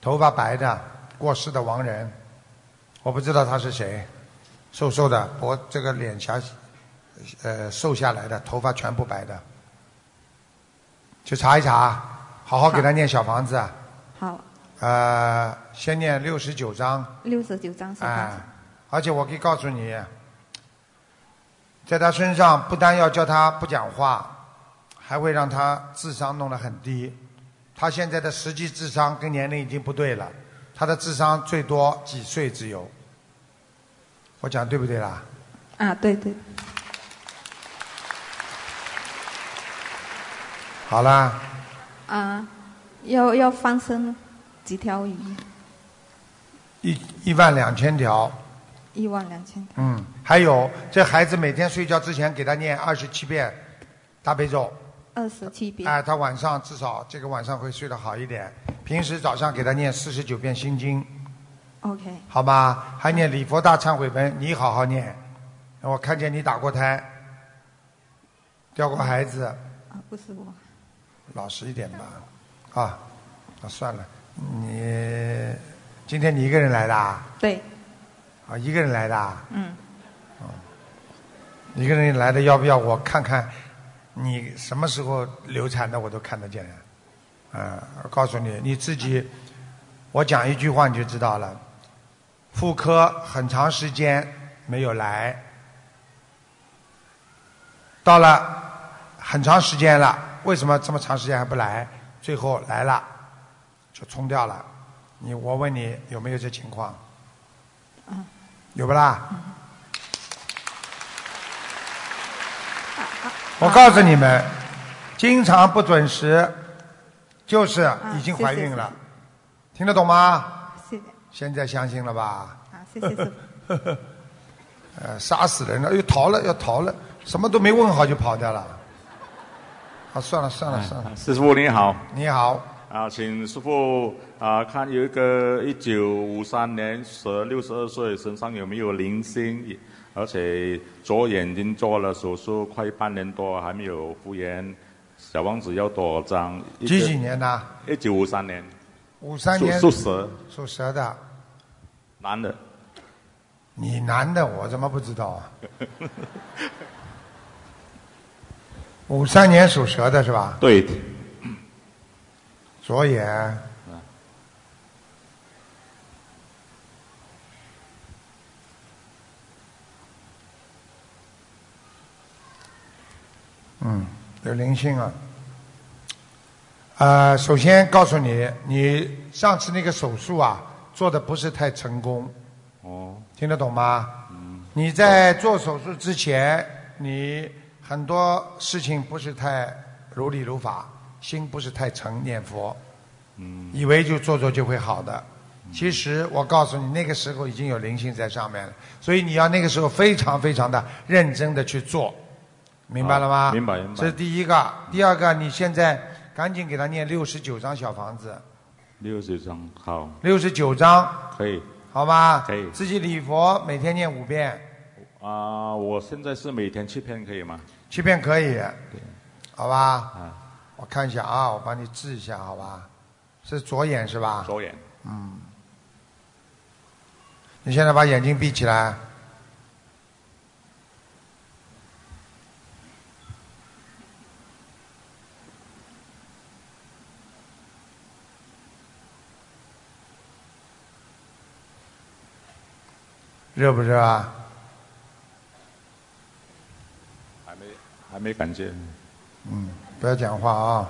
头发白的过世的亡人，我不知道他是谁，瘦瘦的，脖这个脸颊，呃，瘦下来的，头发全部白的，去查一查，好好给他念小房子，啊好，呃，先念六十九章，六十九张小房哎子，，而且我可以告诉你，在他身上不单要叫他不讲话，还会让他智商弄得很低。他现在的实际智商跟年龄已经不对了，他的智商最多几岁只有。我讲对不对啦？啊，对对，好啦，啊，要要放生几条鱼，一一万两千条，一万两千条，嗯，还有这孩子每天睡觉之前给他念二十七遍大悲咒。二十七遍，哎，他晚上至少这个晚上会睡得好一点。平时早上给他念四十九遍心经， OK，好吧？还念礼佛大忏悔文，你好好念。我看见你打过胎，掉过孩子，啊，不是我，老实一点吧。啊，那算了，你今天你一个人来的啊？对，啊，一个人来的啊？嗯，一个人来的要不要我看看？你什么时候流产的我都看得见。嗯，我告诉你，你自己，我讲一句话你就知道了。妇科很长时间没有来，到了很长时间了，为什么这么长时间还不来？最后来了，就冲掉了。你我问你有没有这情况？啊，有不啦？嗯我告诉你们，经常不准时，就是已经怀孕了，啊听得懂吗？谢谢，现在相信了吧？啊，谢谢师傅，呃，杀死人了，又逃了，要逃了，什么都没问好就跑掉了。啊，算了哎算了算 了。师傅你好，你好，啊，请师傅啊看有一个一九五三年蛇六十二岁，身上有没有零星？而且左眼睛做了手术，快半年多还没有复原。小王子要多少张？几几年的？一九五三年，五三年属属蛇，属蛇的，男的。你男的我怎么不知道啊？ 五三年属蛇的是吧？对，左眼嗯。嗯，有灵性啊。呃，首先告诉你，你上次那个手术啊，做的不是太成功，哦，嗯听得懂吗？你在做手术之前，你很多事情不是太如理如法，心不是太诚念佛，嗯，以为就做做就会好的。其实我告诉你，那个时候已经有灵性在上面了，所以你要那个时候非常非常的认真的去做，明白了吗？啊明白明白这是第一个，第二个，你现在赶紧给他念六十九张小房子，六十张，好，六十九张，可以。好吗？可以。自己礼佛每天念五遍，啊、我现在是每天七片，可以吗？七遍可以，好吧？我看一下啊，我帮你治一下，好吧？是左眼是吧？左眼。嗯。你现在把眼睛闭起来。热不热啊？还没，还没感觉。嗯，不要讲话啊。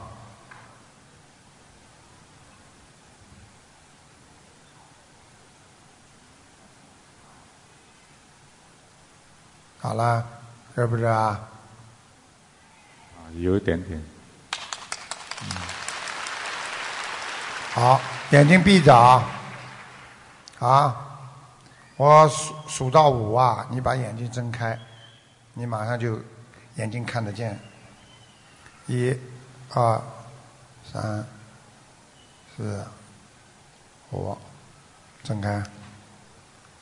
好啦，热不热啊？啊，有一点点。好，眼睛闭着啊。啊，我数数到五啊，你把眼睛睁开，你马上就眼睛看得见。一、二、三、四、五，睁开，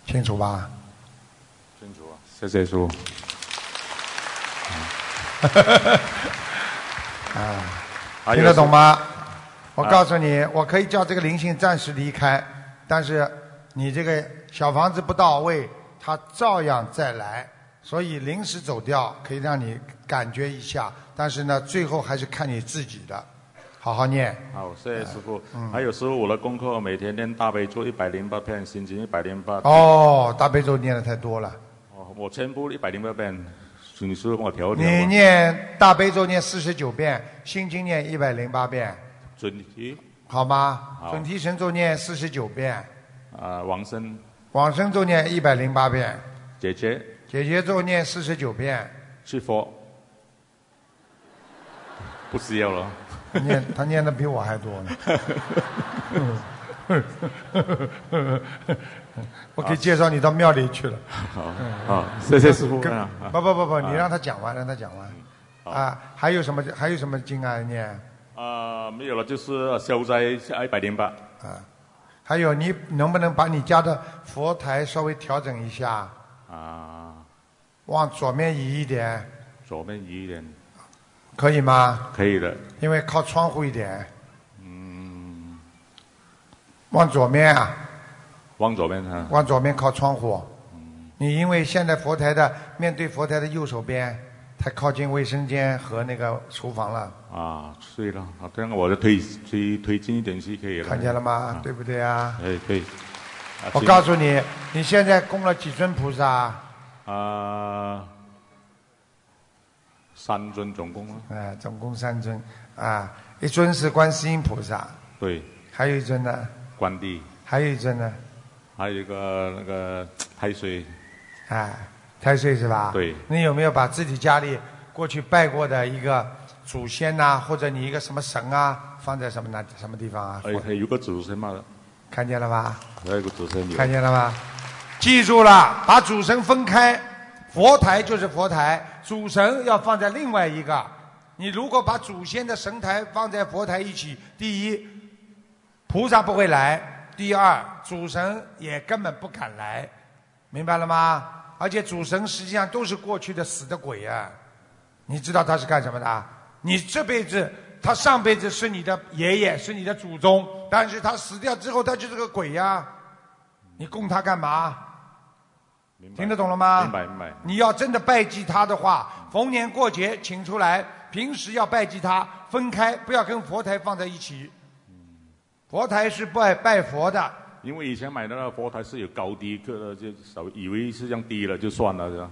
清楚吧？清楚啊，谢谢叔。啊，啊听得懂吗？我告你。诉你，我可以叫这个灵性暂时离开，但是你这个小房子不到位，它照样再来。所以临时走掉可以让你感觉一下，但是呢，最后还是看你自己的，好好念。好，谢谢师傅。还有师傅，我的功课每天练大悲咒一百零八遍，心经一百零八。哦，大悲咒念的太多了，哦，我全部一百零八遍，你师傅帮我调一调啊你吧念大悲咒念四十九遍，心经念一百零八遍，准提好吗？好准提神咒念四十九遍，啊，往生往生咒念一百零八遍，姐姐解结咒念四十九遍，是佛， 不需要了。念他念的比我还多呢。我可以介绍你到庙里去了。好嗯，好，谢谢师傅。跟啊不不不不，啊你让他讲完，让他讲完。啊，还有什么还有什么经啊念？啊，没有了，就是消灾一百零八。啊还有你能不能把你家的佛台稍微调整一下，啊，往左面移一点，左面移一点，可以吗？可以的。因为靠窗户一点。嗯。嗯往左面啊。往左边啊。往左面靠窗户。你因为现在佛台的面对佛台的右手边，太靠近卫生间和那个厨房了，啊，对了，好，这样我就推推推进一点去可以了。看见了吗？对不对啊？哎，对。啊我告诉你，你现在供了几尊菩萨？啊，三尊总共啊，哎，总共三尊啊，一尊是观世音菩萨，对，还有一尊呢，关帝，还有一尊呢，还有一个那个太岁，哎，太岁是吧？对你有没有把自己家里过去拜过的一个祖先呐、或者你一个什么神啊，放在什么哪什么地方啊？还哎有还有个祖先嘛，看见了吧？还有个祖先有。看见了吗？记住了，把主神分开，佛台就是佛台，主神要放在另外一个。你如果把祖先的神台放在佛台一起，第一，菩萨不会来；第二，主神也根本不敢来，明白了吗？而且主神实际上都是过去的死的鬼啊，你知道他是干什么的？你这辈子，他上辈子是你的爷爷，是你的祖宗，但是他死掉之后，他就是个鬼啊呀、你供他干嘛？听得懂了吗？明白明白。你要真的拜祭他的话，逢年过节请出来，平时要拜祭他，分开，不要跟佛台放在一起。佛台是拜拜佛的，因为以前买的那个佛台是有高低个的，就少以为是这样低了就算了，是吧？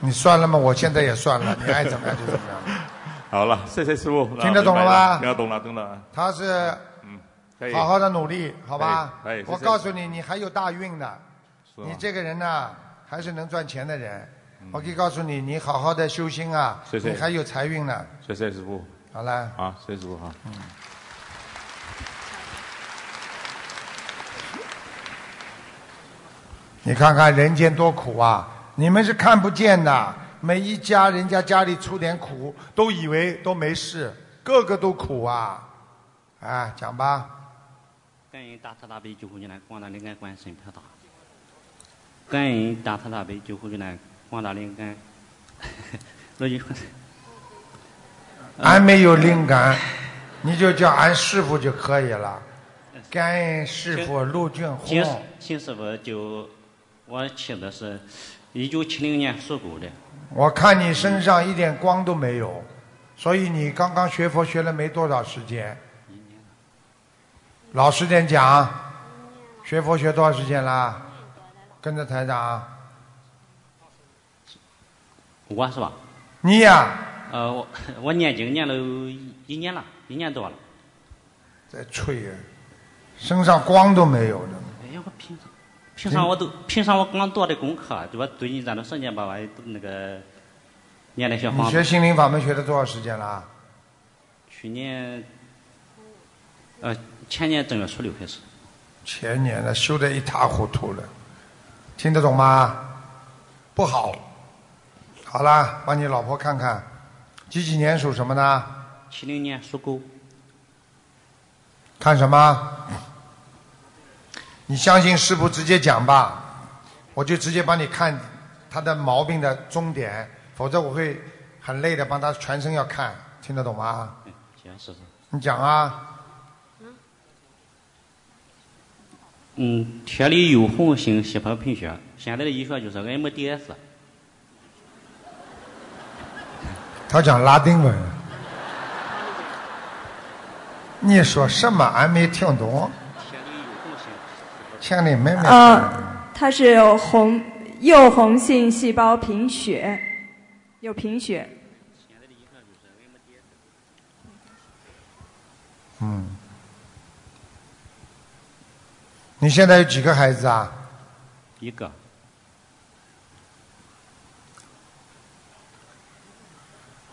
你算了吗？我现在也算了，你爱怎 么样就怎么样。 好了，谢谢师傅。啊听得懂了吗明白听得懂了，懂了。他是嗯可以好好的努力，好吧可以可以？我谢谢告诉你，你还有大运的，你吗嗯这个人呢，还是能赚钱的人。我可以告诉你，你好好的修心啊，谢谢你还有财运呢。谢谢师傅。好嗯啦。好，谢谢师傅哈。啊你看看人间多苦啊！你们是看不见的，每一家人家家里出点苦，都以为都没事，个个都苦啊！啊，讲吧，感恩大慈大悲救苦救难广大灵感观世音菩萨，感恩大慈大悲救苦救难广大灵 感，罗军，俺没有灵感，你就叫俺师傅就可以了。感恩师傅陆俊秦宏，秦师傅就我起的是一九七零年属狗的，我看你身上一点光都没有，所以你刚刚学佛学了没多少时间。老实点讲，学佛学多少时间啦？跟着台长。我是吧？你呀、呃，我 我念经念了有一年了，一年多了。在吹人，身上光都没 有了。哎呀，我平常平常我都平常我刚做的功课，我最近这段时间吧，我也都那个念的小你黄。学心灵法门学了多少时间啦？去年，呃，前年正月初六开始。前年了，修得一塌糊涂了，听得懂吗？不好。好啦，帮你老婆看看，几几年属什么呢？七零年属狗，看什么？你相信师傅直接讲吧，我就直接帮你看他的毛病的终点，否则我会很累的帮他全身要看，听得懂吗？行，师傅。你讲啊，嗯，铁里有红性细胞贫血，现在的医学就是 MDS。他讲拉丁文。你说什么？俺没听懂。像你妹妹。呃，它是有红幼红性细胞贫血，有贫血。嗯。你现在有几个孩子啊？一个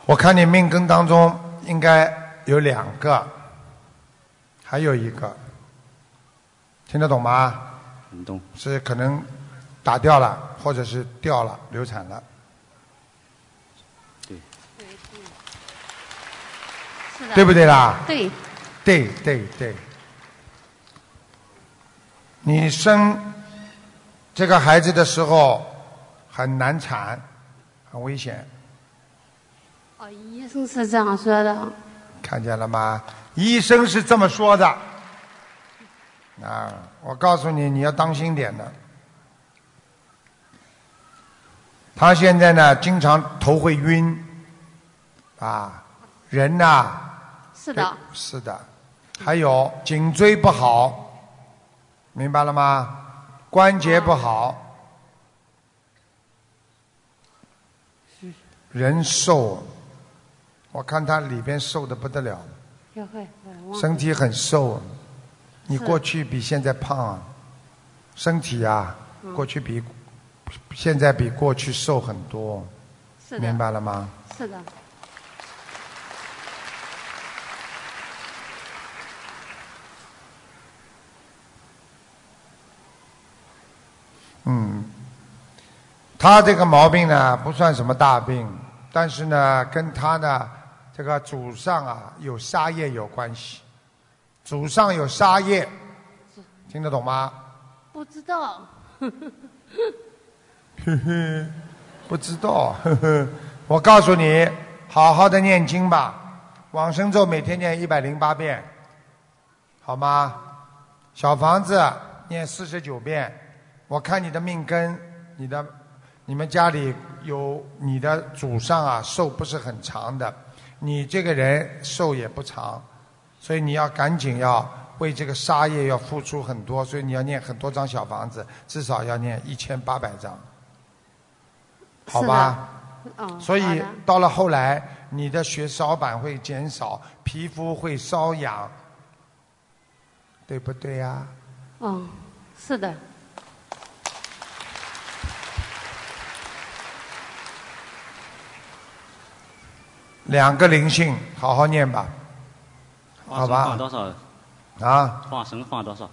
我看你命根当中应该有两个，还有一个，听得懂吗？你懂。是可能打掉了，或者是掉了、流产了。是的对不对啦对，对对对，你生这个孩子的时候很难产，很危险，哦，医生是这样说的。看见了吗？医生是这么说的。啊，我告诉你，你要当心点的。他现在呢，经常头会晕，啊，人呐、是的，是的，还有颈椎不好，明白了吗？关节不好，人瘦，我看他里边瘦的不得了，学会嗯忘记身体很瘦。你是过去比现在胖啊，身体啊，嗯过去比现在比过去瘦很多，是的明白了吗？是的，嗯，他这个毛病呢不算什么大病，但是呢跟他呢这个祖上啊有杀业有关系，祖上有杀业，听得懂吗？不知道。 呵呵，不知道， 呵呵，我告诉你，好好的念经吧，往生咒每天念一百零八遍，好吗？小房子念四十九遍，我看你的命根，你的，你们家里有你的祖上啊，寿不是很长的，你这个人寿也不长，所以你要赶紧要为这个杀业要付出很多，所以你要念很多张小房子，至少要念一千八百张，好吧？嗯，所好以的到了后来，你的血小板会减少，皮肤会瘙痒，对不对呀、嗯，是的，两个灵性，好好念吧，化好神化吧？多少？啊，化神化多少？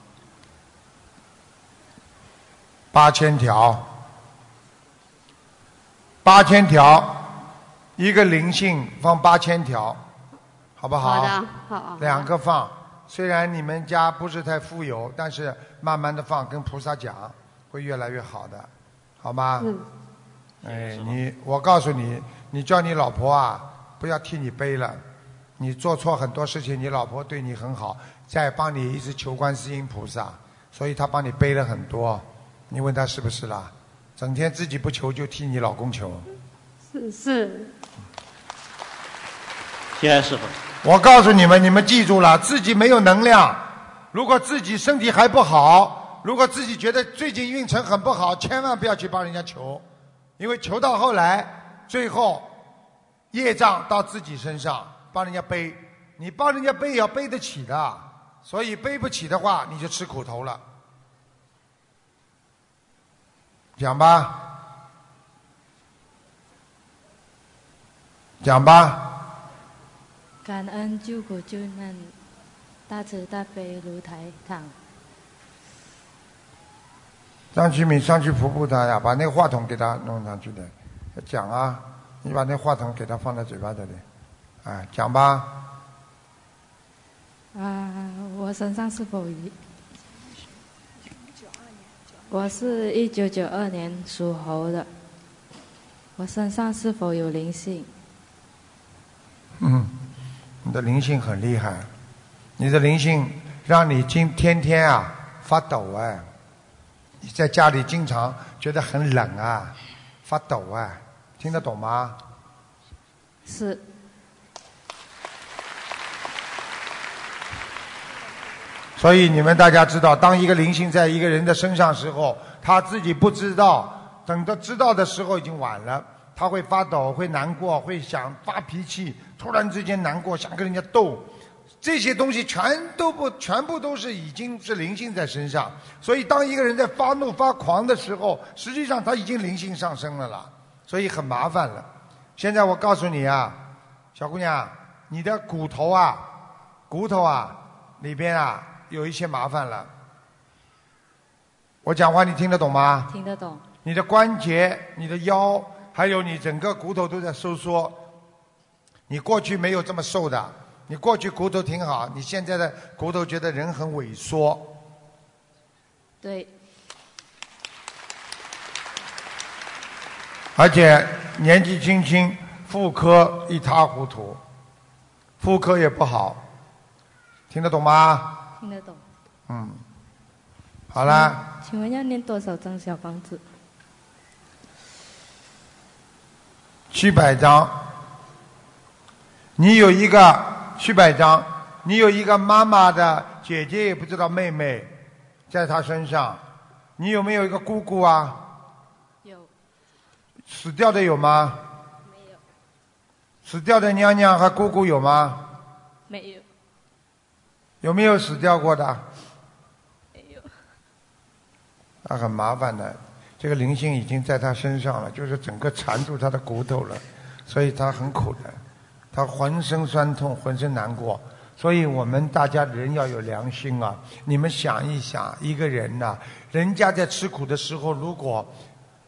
八千条，八千条，一个灵性放八千条，好不好？好的，好啊好。两个放，虽然你们家不是太富有，但是慢慢的放，跟菩萨讲，会越来越好的，好吗？嗯。哎，你，我告诉你，你叫你老婆啊，不要替你背了。你做错很多事情，你老婆对你很好，在帮你一直求观世音菩萨，所以她帮你背了很多。你问她是不是啦？整天自己不求，就替你老公求。是是，谢谢师傅。我告诉你们，你们记住了，自己没有能量，如果自己身体还不好，如果自己觉得最近运程很不好，千万不要去帮人家求，因为求到后来，最后业障到自己身上，帮人家背，你帮人家背也要背得起的，所以背不起的话，你就吃苦头了。讲吧，讲吧。感恩救苦救难大慈大悲如台长。上去没上去扶扶他呀，把那个话筒给他弄上去的，讲啊，你把那话筒给他放在嘴巴这里，啊，讲吧， 啊，我身上是否一？我是一九九二年属猴的，我身上是否有灵性？嗯，你的灵性很厉害，你的灵性让你今天天啊发抖哎，你在家里经常觉得很冷啊，发抖啊，听得懂吗？是所以你们大家知道，当一个灵性在一个人的身上时候，他自己不知道，等到知道的时候已经晚了。他会发抖，会难过，会想发脾气，突然之间难过，想跟人家斗，这些东西全都不，全部都是已经是灵性在身上。所以，当一个人在发怒发狂的时候，实际上他已经灵性上升了啦，所以很麻烦了。现在我告诉你啊，小姑娘，你的骨头啊，骨头啊里边啊有一些麻烦了。我讲话你听得懂吗？听得懂？你的关节、你的腰，还有你整个骨头都在收缩。你过去没有这么瘦的，你过去骨头挺好，你现在的骨头觉得人很萎缩。对，而且年纪轻轻，妇科一塌糊涂，妇科也不好，听得懂吗？听得懂。嗯，好了，请问要念多少张小房子？七百张，你有一个七百张，你有一个妈妈的姐姐也不知道妹妹，在她身上，你有没有一个姑姑啊？有。死掉的有吗？没有。死掉的娘娘和姑姑有吗？没 有，有没有死掉过的？没有。那很麻烦的，这个灵性已经在他身上了，就是整个缠住他的骨头了，所以他很苦的，他浑身酸痛，浑身难过。所以我们大家人要有良心啊！你们想一想，一个人呐、人家在吃苦的时候，如果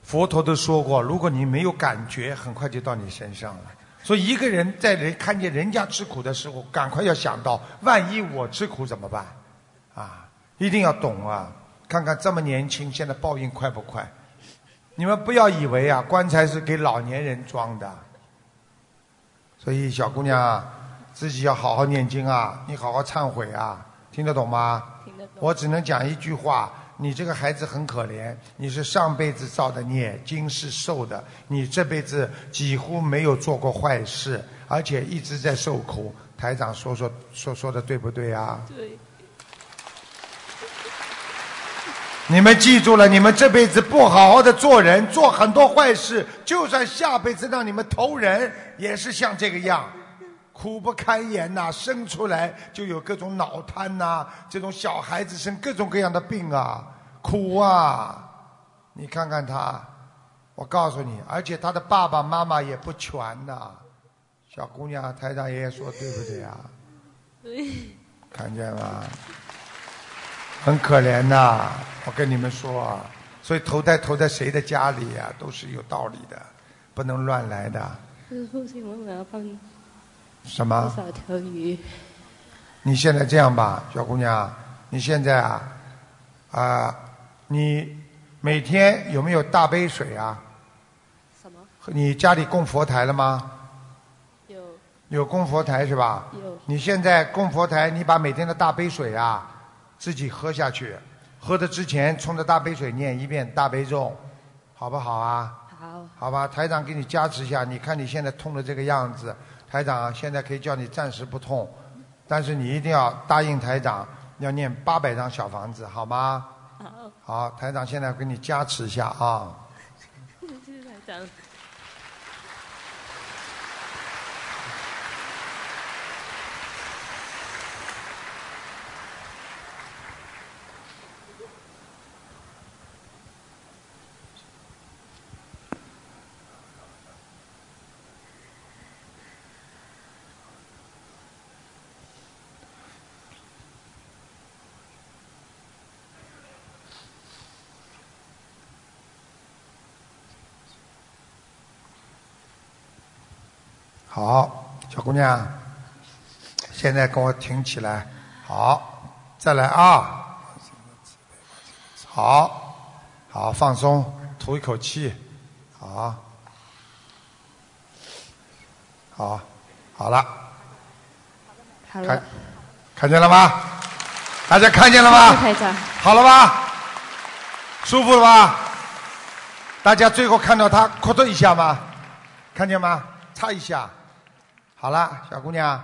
佛陀都说过，如果你没有感觉，很快就到你身上了。所以一个人在人看见人家吃苦的时候，赶快要想到，万一我吃苦怎么办？啊，一定要懂啊！看看这么年轻，现在报应快不快？你们不要以为啊，棺材是给老年人装的。所以小姑娘啊，自己要好好念经啊，你好好忏悔啊，听得懂吗？听得懂。我只能讲一句话：你这个孩子很可怜，你是上辈子造的孽，今世受的，你这辈子几乎没有做过坏事，而且一直在受苦。台长说说说说的对不对啊？对，你们记住了，你们这辈子不好好的做人，做很多坏事，就算下辈子让你们投人，也是像这个样，苦不堪言呐、生出来就有各种脑瘫呐、这种小孩子生各种各样的病啊，苦啊！你看看他，我告诉你，而且他的爸爸妈妈也不全呐、小姑娘，台长爷爷说对不对啊？对，看见吗？很可怜呐、我跟你们说啊，所以投胎投在谁的家里呀、都是有道理的，不能乱来的。师傅， 请问我要放什多么？少条 鱼？你现在这样吧，小姑娘，你现在啊，啊、你每天有没有大杯水啊？什么？你家里供佛台了吗？有有供佛台是吧？有你现在供佛台，你把每天的大杯水啊，自己喝下去，喝的之前冲着大杯水念一遍大悲咒，好不好啊？好，好吧，台长给你加持一下，你看你现在痛的这个样子，台长现在可以叫你暂时不痛，但是你一定要答应台长要念八百张小房子，好吗？好，好，台长现在给你加持一下啊。谢谢台长。好，小姑娘，现在跟我挺起来。好，再来啊。好，好，放松，吐一口气。好，好，好了，好看了，看见了吗？大家看见了吗？谢谢台长。好了吧？舒服了吧？大家最后看到他咳嗽一下吗？看见吗？擦一下。好了，小姑娘，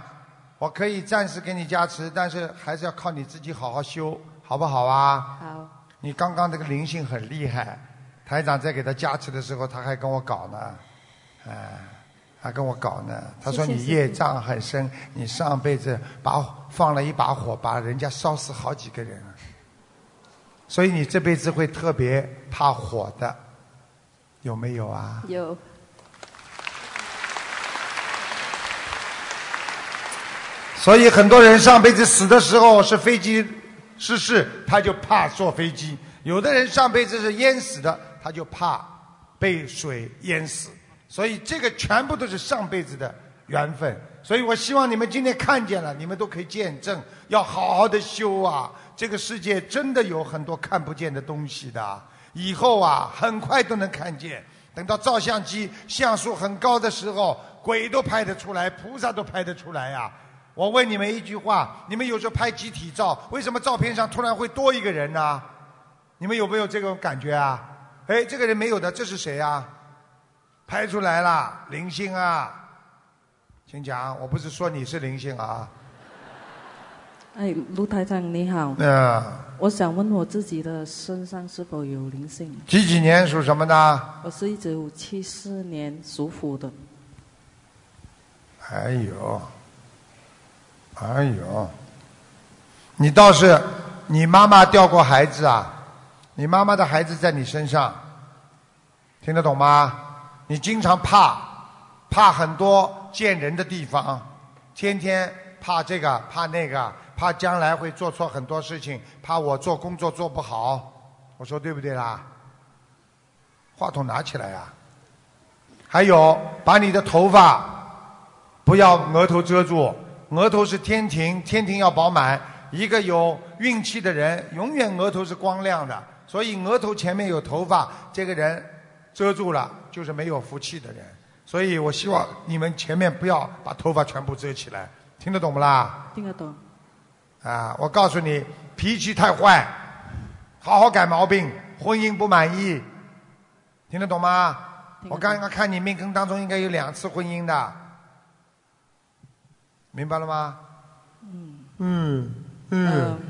我可以暂时给你加持，但是还是要靠你自己好好修，好不好啊？好，你刚刚这个灵性很厉害，台长在给他加持的时候，他还跟我搞呢，哎、还跟我搞呢。他说谢谢你师业父障很深，你上辈子把放了一把火，把人家烧死好几个人啊，所以你这辈子会特别怕火的，有没有啊？有，所以很多人上辈子死的时候是飞机失事，他就怕坐飞机；有的人上辈子是淹死的，他就怕被水淹死。所以这个全部都是上辈子的缘分。所以我希望你们今天看见了，你们都可以见证，要好好的修啊！这个世界真的有很多看不见的东西的，以后啊，很快都能看见。等到照相机像素很高的时候，鬼都拍得出来，菩萨都拍得出来呀、啊我问你们一句话：你们有时候拍集体照，为什么照片上突然会多一个人呢？你们有没有这种感觉啊？哎，这个人没有的，这是谁啊？拍出来了，灵性啊！请讲，我不是说你是灵性啊。哎，卢台长你好。嗯我想问我自己的身上是否有灵性？几几年属什么的？我是一九七四年属虎的。哎呦，哎呦，你倒是，你妈妈掉过孩子啊？你妈妈的孩子在你身上，听得懂吗？你经常怕，怕很多见人的地方，天天怕这个怕那个，怕将来会做错很多事情，怕我做工作做不好。我说对不对啦？话筒拿起来啊呀、还有，把你的头发不要额头遮住，额头是天庭，天庭要饱满。一个有运气的人，永远额头是光亮的，所以额头前面有头发，这个人遮住了就是没有福气的人。所以我希望你们前面不要把头发全部遮起来，听得懂不啦？听得懂？啊，我告诉你，脾气太坏，好好改毛病，婚姻不满意，听得懂吗？我刚刚看你命根当中应该有两次婚姻的，明白了吗？嗯嗯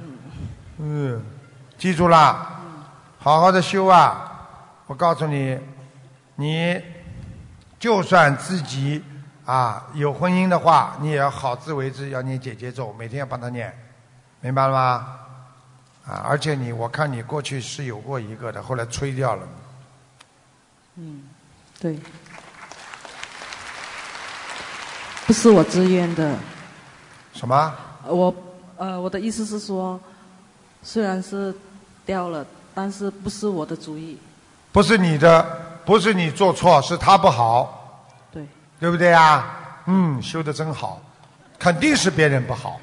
嗯，记住啦，嗯好好的修啊！我告诉你，你就算自己啊有婚姻的话，你也要好自为之，要念姐姐咒，每天要帮他念，明白了吗？啊，而且你，我看你过去是有过一个的，后来吹掉了。嗯，对。不是我自愿的。什么？呃我呃，我的意思是说，虽然是掉了，但是不是我的主意。不是你的，不是你做错，是他不好。对。对不对啊？嗯，修的真好，肯定是别人不好。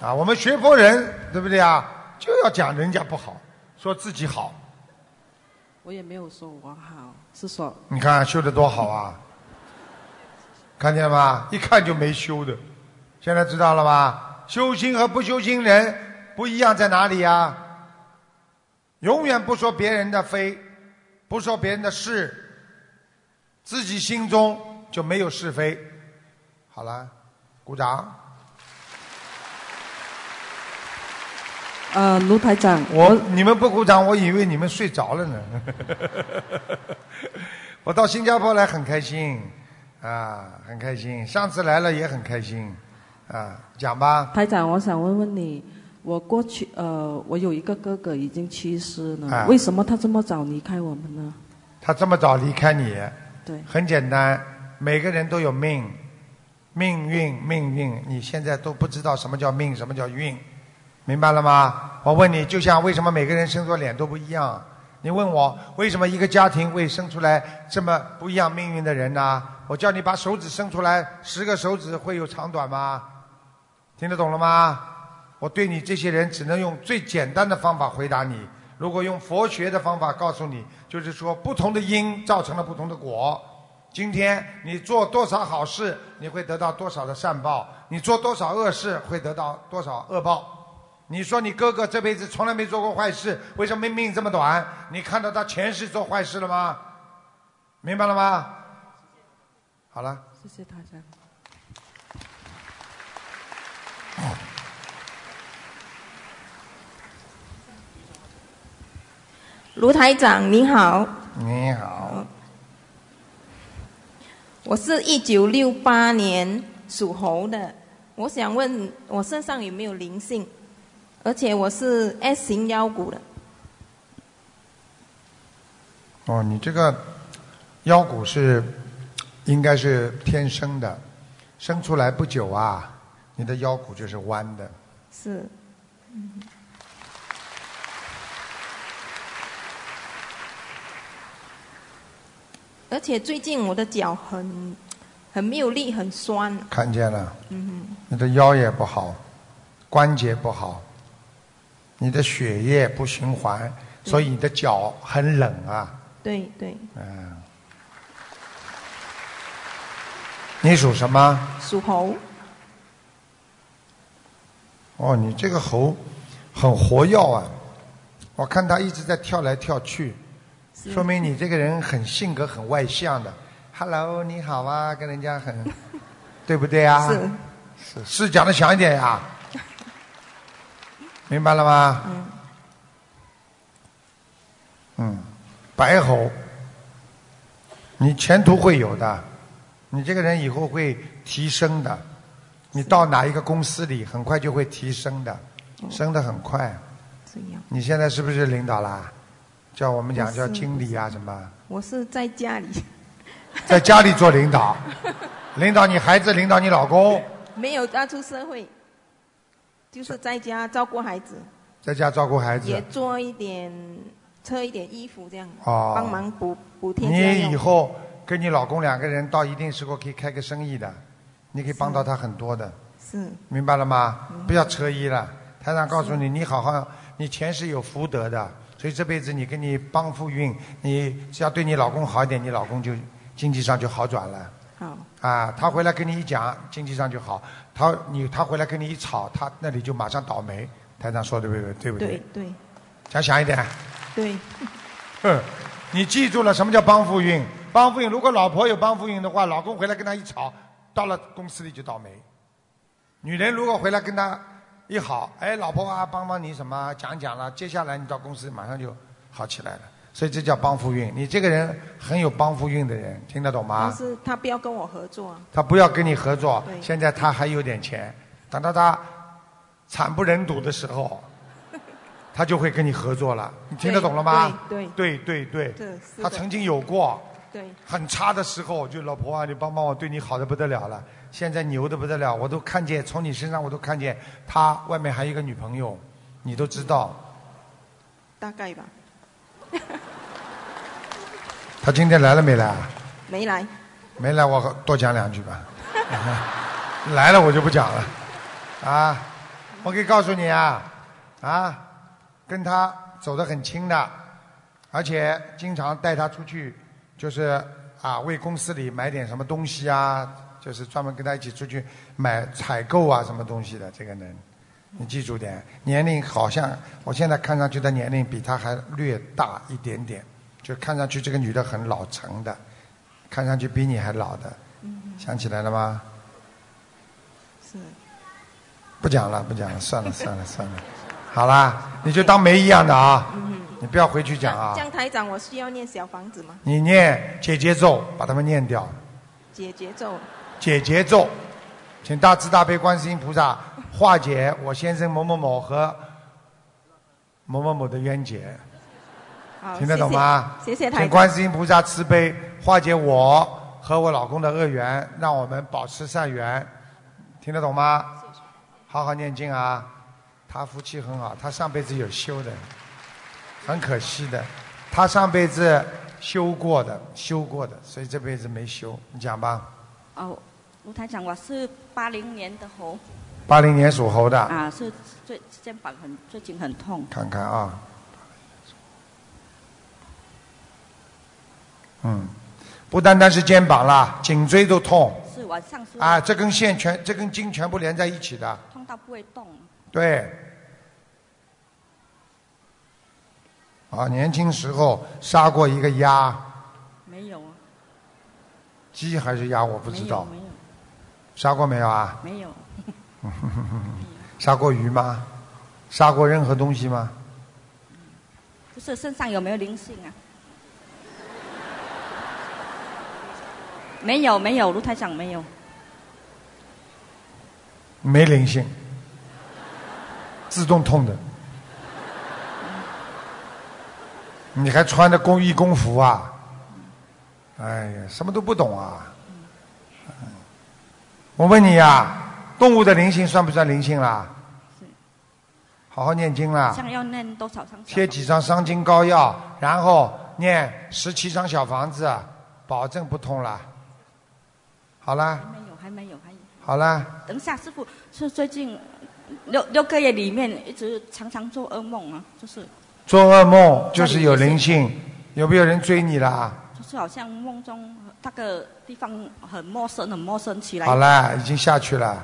啊，我们学佛人对不对啊？就要讲人家不好，说自己好。我也没有说我好，是说你看修的多好啊！看见了吗？一看就没修的，现在知道了吧？修心和不修心人不一样在哪里呀、永远不说别人的非，不说别人的是，自己心中就没有是非。好了，鼓掌。呃，卢台长，我你们不鼓掌，我以为你们睡着了呢。我到新加坡来很开心，啊，很开心。上次来了也很开心，啊，讲吧。台长，我想问问你，我过去呃，我有一个哥哥已经去世了，啊为什么他这么早离开我们呢？他这么早离开你，对，很简单，每个人都有命，命运，命运，你现在都不知道什么叫命，什么叫运，明白了吗？我问你，就像为什么每个人生出脸都不一样？你问我为什么一个家庭会生出来这么不一样命运的人呢、我叫你把手指伸出来，十个手指会有长短吗？听得懂了吗？我对你这些人只能用最简单的方法回答你。如果用佛学的方法告诉你，就是说不同的因造成了不同的果。今天你做多少好事，你会得到多少的善报；你做多少恶事，会得到多少恶报。你说你哥哥这辈子从来没做过坏事，为什么命这么短？你看到他前世做坏事了吗？明白了吗？好了。谢谢台长。卢台长您好，你好，我是一九六八年属猴的，我想问我身上有没有灵性？而且我是 S 型腰骨的，哦，你这个腰骨是应该是天生的，生出来不久啊，你的腰骨就是弯的。是而且最近我的脚很很没有力，很酸。看见了，嗯你的腰也不好，关节不好，你的血液不循环，所以你的脚很冷啊。哼，对对，嗯，你属什么？属猴，哦，你这个猴很活跃啊，我看它一直在跳来跳去，是说明你这个人很性格很外向的。Hello，你好啊，跟人家很， 对不对啊？是是是，讲的响一点呀、 明白了吗？嗯嗯，白猴，你前途会有的，你这个人以后会提升的，你到哪一个公司里，很快就会提升的，嗯升的很快。这样。你现在是不是领导啦？叫我们讲不是叫经理啊什 么，我是在家里，在家里做领导，领导你孩子，领导你老公，没有要出社会，就是在家照顾孩子，在家照顾孩子也。做一点车一点衣服这样，哦帮忙补补贴家你用以后跟你老公两个人到一定时候可以开个生意的，你可以帮到他很多的，是明白了吗？不要车衣了。台长告诉你，你好好，你前世有福德的，所以这辈子你跟你帮夫运，你只要对你老公好一点，你老公就经济上就好转了。好，啊，他回来跟你一讲，经济上就好；他你他回来跟你一吵，他那里就马上倒霉。台长说对不对？对不对？对对讲响一点。对，哼，你记住了什么叫帮扶运？帮扶运，如果老婆有帮扶运的话，老公回来跟她一吵，到了公司里就倒霉。女人如果回来跟他一好，哎，老婆啊，帮帮你什么讲讲了，接下来你到公司马上就好起来了。所以这叫帮扶运。你这个人很有帮扶运的人，听得懂吗？但是他不要跟我合作啊，他不要跟你合作，对现在他还有点钱，等到他惨不忍睹的时 候，他就会跟你合作了。你听得懂了吗？对对对对对是的他曾经有过，对，很差的时候，就老婆啊，你帮帮我，对你好的不得了了。现在牛的不得了，我都看见，从你身上我都看见，他外面还有一个女朋友，你都知道。大概吧， 他今天来了没来啊？没来。没来，我多讲两句吧。 来了，我就不讲了。啊，我可以告诉你啊，啊，跟他走得很亲的，而且经常带他出去，就是啊，为公司里买点什么东西啊，就是专门跟他一起出去买采购啊，什么东西的。这个人，你记住点，年龄好像我现在看上去的年龄比他还略大一点点，就看上去这个女的很老成的，看上去比你还老的，想起来了吗？嗯是不讲了，不讲了，算了，算了，算了，好啦，你就当没一样的啊，你不要回去讲啊嗯这，样台长，我需要念小房子吗？你念姐姐咒，把他们念掉，解节奏，姐姐咒，请大慈大悲观世音菩萨化解我先生某某某和某某某的冤结，好，听得懂吗？谢谢谢谢台请长。观世音菩萨慈悲化解我和我老公的恶缘，让我们保持善缘，听得懂吗？好好念经啊！他夫妻很好，他上辈子有修的，很可惜的，他上辈子修过的，修过的，所以这辈子没修。你讲吧，哦，卢台长，我是八零年的猴。八零年属猴的，啊，是最肩膀很最近很痛。看看啊。嗯，不单单是肩膀啦，颈椎都痛是我上次啊！这根线全，这根筋全部连在一起的，痛到不会动，对。啊，年轻时候杀过一个鸭，没有啊，鸡还是鸭我不知道，没有杀过没有啊？ 没有，杀过鱼吗？杀过任何东西吗？就是身上有没有灵性啊？没有没有，卢台长没有，没灵性，自动痛的。你还穿着工义工服啊？哎呀，什么都不懂啊！哎我问你呀、啊动物的灵性算不算灵性啦？好好念经啦。像要念多少张？贴几张伤筋膏药，然后念十七张小房子，保证不痛了。好啦，没有，还没有，还有。好啦，等一下，师傅是最近六六个月里面一直常常做噩梦啊，就是做噩梦就是有灵性，有没有人追你啦？就是好像梦中呃那个地方很陌生，很陌生起来。好啦，已经下去了。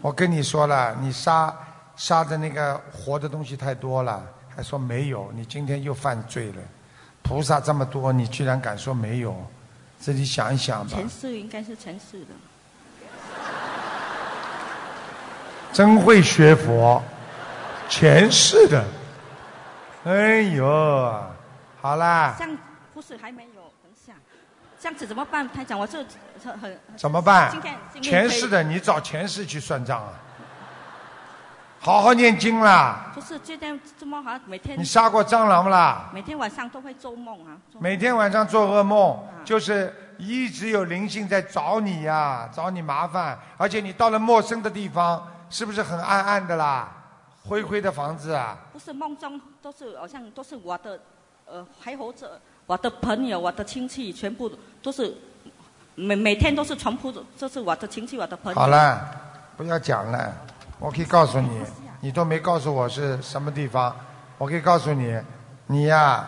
我跟你说了，你杀杀的那个活的东西太多了，还说没有，你今天又犯罪了。菩萨这么多，你居然敢说没有？自己想一想吧。前世应该是前世的，真会学佛，前世的。哎呦，好啦，像不是还没有，等一下，这样子怎么办？他讲我这很很怎么办今天？今天可以前世的你找前世去算账啊！好好念经啦！就是就这样这么好，每天啊你杀过啊蟑螂不啦？每天晚上都会做梦啊，做每天晚上做噩梦，啊就是一直有灵性在找你呀、找你麻烦，而且你到了陌生的地方，是不是很暗暗的啦？灰灰的房子啊，不是梦中都是好像都是我的呃还活着，我的朋友、我的亲戚全部都是每每天都是重复，就是我的亲戚、我的朋友。好了，不要讲了，我可以告诉你，你都没告诉我是什么地方，我可以告诉你，你呀、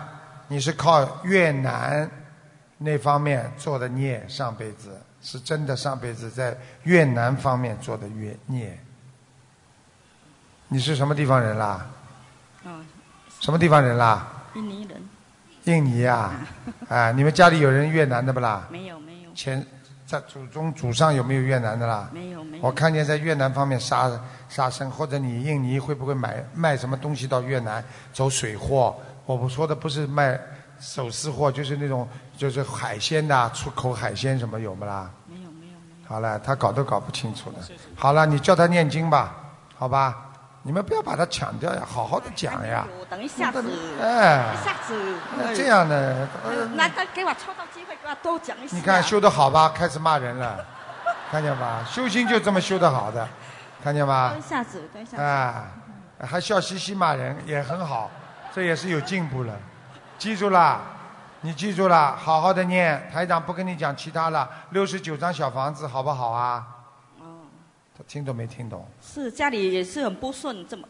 你是靠越南那方面做的孽，上辈子是真的上辈子在越南方面做的越孽。你是什么地方人啦？嗯，什么地方人啦？印尼人印尼啊，啊，你们家里有人越南的不啦？没有没有前在祖宗祖上有没有越南的啦？没有没有。我看见在越南方面杀杀生，或者你印尼会不会买卖什么东西到越南走水货？我不说的不是卖走私货，就是那种就是海鲜的啊、出口海鲜什么有不啦？没有没有。好了，他搞都搞不清楚的。好了，你叫他念经吧，好吧？你们不要把它抢掉呀，好好的讲呀。我等一下子，哎一下子那这样的，呃难得给我抽到机会，给我多讲一下。你看修得好吧，开始骂人了，看见吧？修心就这么修得好的，看见吧等一？下子，等一下子。啊，还笑嘻嘻骂人也很好，这也是有进步了。记住啦，你记住啦，好好的念。台长不跟你讲其他了，六十九张小房子好不好啊？他听懂没听懂？是家里也是很不顺，怎么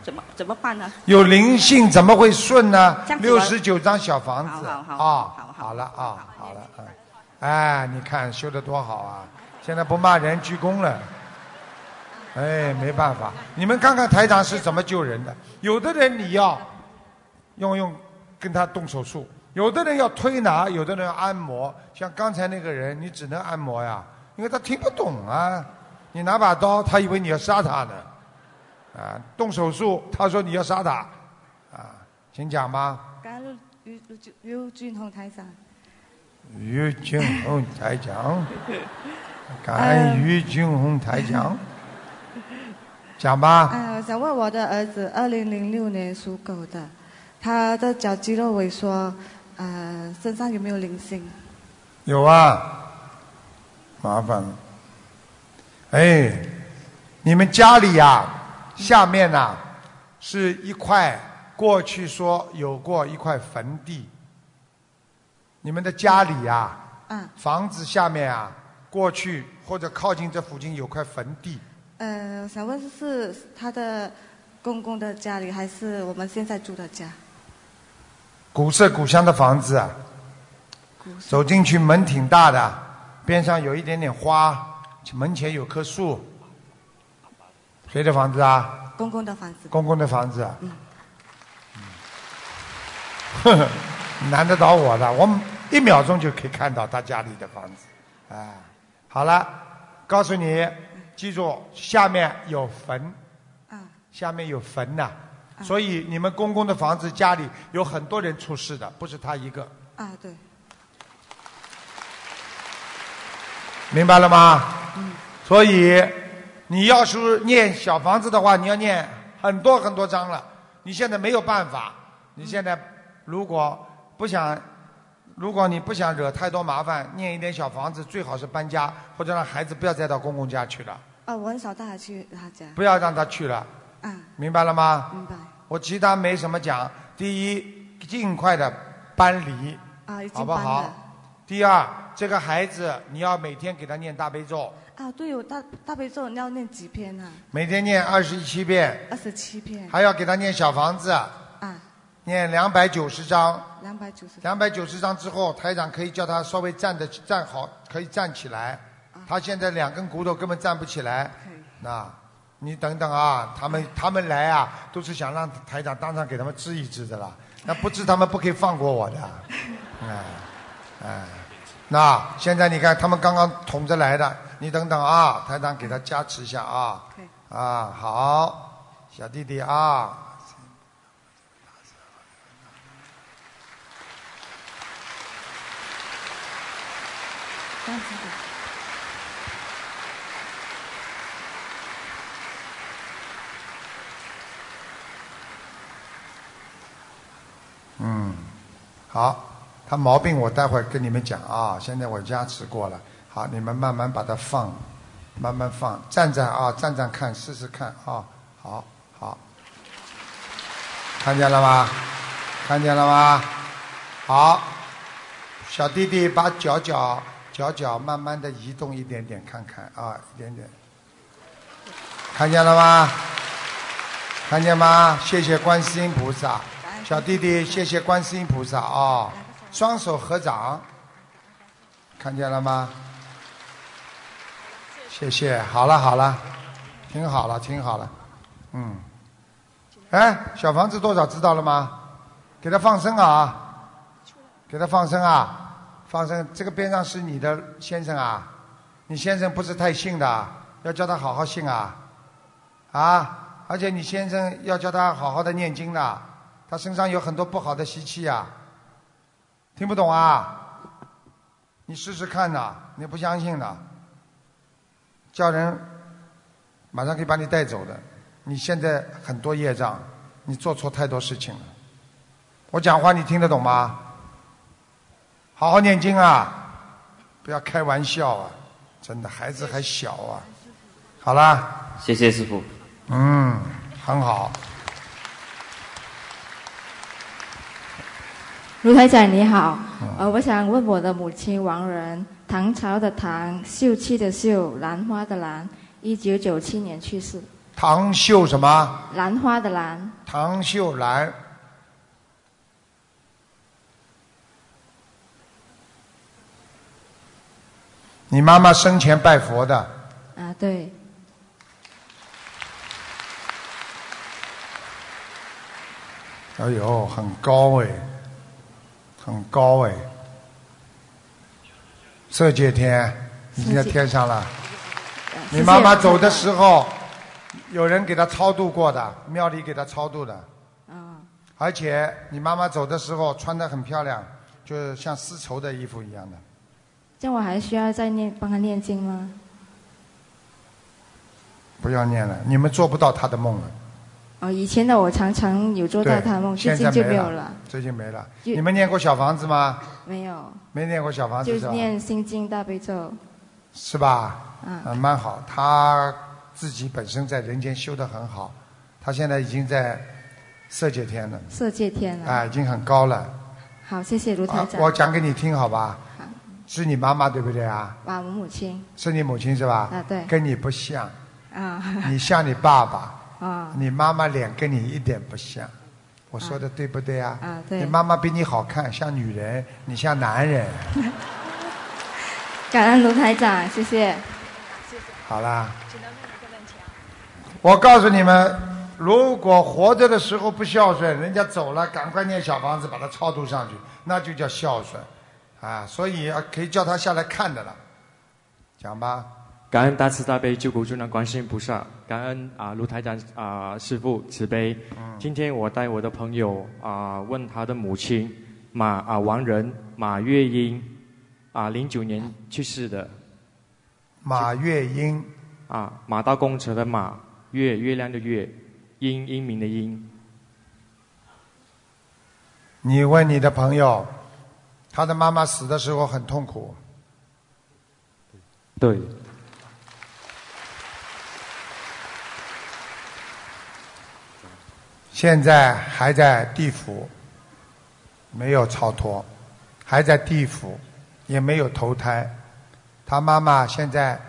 怎么怎么办呢？有灵性怎么会顺呢这？样子六吧十九张小房子，好好好啊，好了啊，好了啊，哎，你看修的多好啊！现在不骂人，鞠躬了。哎，没办法，你们看看台长是怎么救人的。有的人你要用用跟他动手术，有的人要推拿，有的人要按摩。像刚才那个人，你只能按摩呀，因为他听不懂啊。你拿把刀，他以为你要杀他呢。啊，动手术，他说你要杀他，啊，请讲吧。假如要要要轉控 睇晒，于俊宏台长，敢于俊宏台长，讲吧。哎，我想问我的儿子，二零零六年属狗的，他的脚肌肉萎缩，呃，身上有没有灵性？有啊，麻烦了。哎，你们家里呀、下面呐、是一块过去说有过一块坟地。你们的家里呀、嗯房子下面啊，过去或者靠近这附近有块坟地，呃，我想问是是他的公公的家里，还是我们现在住的家？古色古香的房子啊，走进去门挺大的，边上有一点点花，门前有棵树。谁的房子啊？公公的房子。公公的房子啊。呵呵，嗯 难得到我了，我一秒钟就可以看到他家里的房子。哎，好了，告诉你，记住下面有坟，下面有坟呐、所以你们公公的房子家里有很多人出事的，不是他一个，啊，对，明白了吗？所以你要是念小房子的话，你要念很多很多章了。你现在没有办法，你现在如果不想，如果你不想惹太多麻烦，念一点小房子，最好是搬家，或者让孩子不要再到公公家去了，啊，我很少带他去他家。不要让他去了，啊，明白了吗？明白。我其他没什么讲，第一，尽快的搬离，啊，已经好搬不了。好？第二，这个孩子你要每天给他念大悲咒，啊，对，我大大悲咒要念几篇啊？每天念二十七遍，二十七篇。还要给他念小房子，啊，念两百九十章。两百九十。两百九十章之后，台长可以叫他稍微站的站好，可以站起来。他现在两根骨头根本站不起来。那，你等等啊，他们他们来啊，都是想让台长当场给他们治一治的啦。那不治他们不可以放过我的。哎，哎，那现在你看他们刚刚捅着来的，你等等啊，台长给他加持一下啊。啊，好，小弟弟啊，三十九。嗯，好，他毛病我待会儿跟你们讲啊。现在我加持过了，好，你们慢慢把它放，慢慢放，站站啊，站站看，试试看啊。好，好，看见了吗？看见了吗？好，小弟弟把脚脚脚脚慢慢的移动一点点，看看啊，一点点，看见了吗？看见吗？谢谢观世音菩萨，小弟弟，谢谢观世音菩萨啊、双手合掌，看见了吗？谢谢，好了好了，挺好了挺好了，嗯，哎，小房子多少知道了吗？给他放生啊，给他放生啊，放生。这个边上是你的先生啊，你先生不是太信的啊，要叫他好好信啊。啊，而且你先生要叫他好好的念经的，他身上有很多不好的习气啊，听不懂啊？你试试看呐、你不相信的，叫人马上可以把你带走的，你现在很多业障，你做错太多事情了。我讲话你听得懂吗？好好念经啊，不要开玩笑啊！真的，孩子还小啊。好啦，谢谢师傅。嗯，很好。卢台长你好，呃，我想问我的母亲王仁，唐朝的唐，秀气的秀，兰花的兰，一九九七年去世，唐秀什么？兰花的兰，唐秀兰。你妈妈生前拜佛的，啊，对，哎呦，很高哎，很高哎。色界天已经在天上了。你妈妈走的时候，有人给她超度过的，庙里给她超度的。嗯而且你妈妈走的时候穿得很漂亮，就是像丝绸的衣服一样的。这样我还需要再念帮他念经吗？不要念了，你们做不到她的梦了。哦，以前的我常常有做到对，他的梦，最现在近就没没有了了，，最近没了。就你们念过小房子吗？没有，没念过小房子是就吧？念心经大悲咒，是吧？嗯呃蛮好。他自己本身在人间修得很好，他现在已经在色界天了，色界天了。啊，已经很高了。好，谢谢卢台啊长。我讲给你听好吧？是你妈妈对不对啊？啊，我母亲是你母亲是吧？啊对跟你不像，啊， 你像你爸爸，啊你妈妈脸跟你一点不像。我说的对不对啊？啊对你妈妈比你好看，像女人，你像男人。感恩卢台长，谢谢。好啦。我告诉你们，如果活着的时候不孝顺，人家走了，赶快念小房子把它超度上去，那就叫孝顺，啊，所以啊可以叫他下来看的了。讲吧，感恩大慈大悲救苦救难观世音菩萨，感恩啊卢台长啊、师父慈悲。嗯今天我带我的朋友啊、问他的母亲马啊、王仁马月英啊零九年去世的马月英啊马到功成的马月月亮的月英英明的英你问你的朋友，他的妈妈死的时候很痛苦，对现在还在地府，没有超脱，还在地府，也没有投胎。他妈妈现在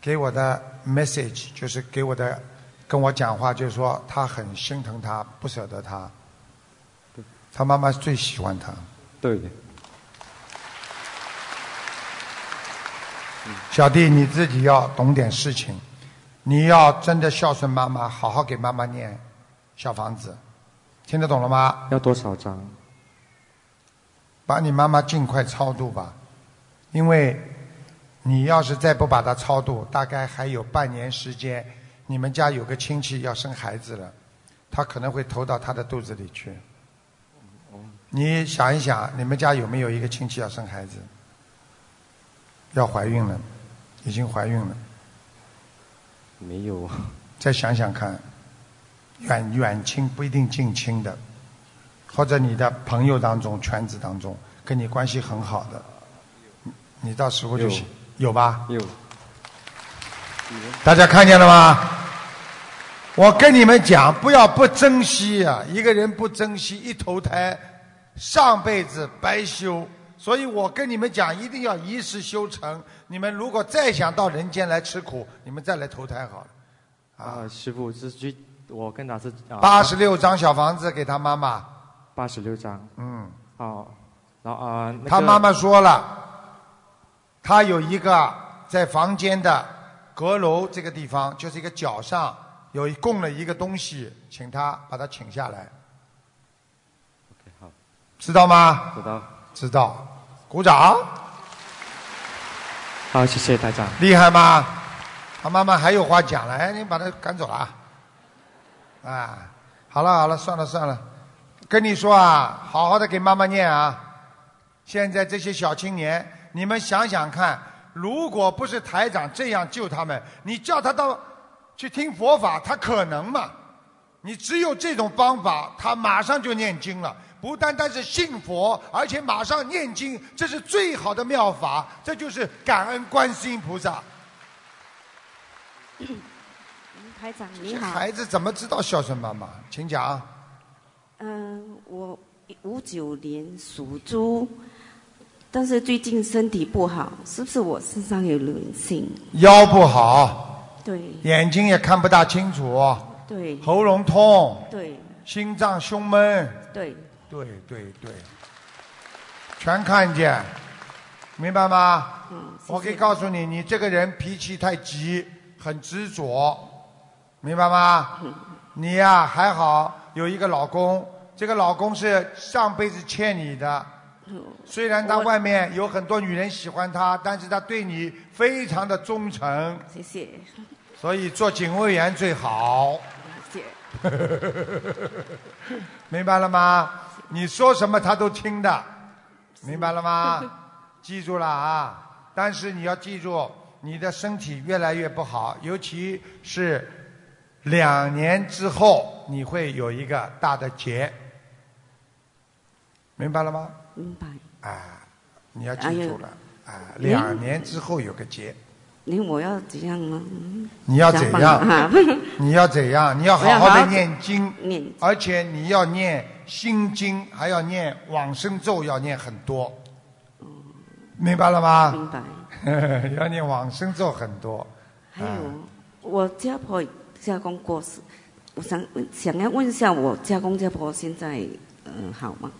给我的 message 就是给我的跟我讲话，就是说他很心疼他，不舍得他。他妈妈最喜欢他。对的。小弟，你自己要懂点事情，你要真的孝顺妈妈，好好给妈妈念小房子，听得懂了吗？要多少张？把你妈妈尽快超度吧，因为你要是再不把她超度，大概还有半年时间，你们家有个亲戚要生孩子了，他可能会投到她的肚子里去。你想一想，你们家有没有一个亲戚要生孩子，要怀孕了，已经怀孕了？没有啊再想想看，远远亲不一定近亲的，或者你的朋友当中、圈子当中跟你关系很好的，你你到时候就有行有吧？有。大家看见了吗？我跟你们讲，不要不珍惜啊！一个人不珍惜，一投胎，上辈子白修。所以我跟你们讲，一定要一世修成。你们如果再想到人间来吃苦，你们再来投胎好了。啊师傅是最我跟他是八十六张小房子给他妈妈，八十六张嗯，哦，然后啊、那个他妈妈说了，他有一个在房间的阁楼这个地方，就是一个角上有一供了一个东西，请他把他请下来，好知道吗？知道知道，鼓掌，好谢谢台长厉害吗？他妈妈还有话讲了，哎，你把他赶走了啊，啊，好了好了，算了算了，跟你说啊，好好的给妈妈念啊。现在这些小青年，你们想想看，如果不是台长这样救他们，你叫他到去听佛法，他可能吗？你只有这种方法，他马上就念经了。不单单是信佛，而且马上念经，这是最好的妙法。这就是感恩观世音菩萨。嗯台长你这好，孩子怎么知道孝顺妈妈？请讲。嗯、我五九年属猪，但是最近身体不好，是不是我身上有灵性？腰不好，对眼睛也看不大清楚，对喉咙痛，对心脏胸闷，对，对对对，全看见，明白吗？嗯，谢谢我可以告诉你，你这个人脾气太急，很执着，明白吗？嗯你呀、还好有一个老公，这个老公是上辈子欠你的，虽然他外面有很多女人喜欢他，但是他对你非常的忠诚，谢谢所以做警卫员最好。谢谢。 明白了吗？你说什么他都听的，明白了 吗？记住了啊！但是你要记住，你的身体越来越不好，尤其是两年之后，你会有一个大的劫，明白了吗？明白。啊，你要哎记呦住了，啊，两年之后有个劫，您我要怎样呢？嗯你要怎想样 办法你要怎样？你要好我要好好好的念经，而且你要念心经，还要念往生咒，要念很多，明白了吗？哦明白。 要念往生咒很多。还有、嗯我家婆家公过世，我想想要问一下我家公家婆现在嗯、呃好吗？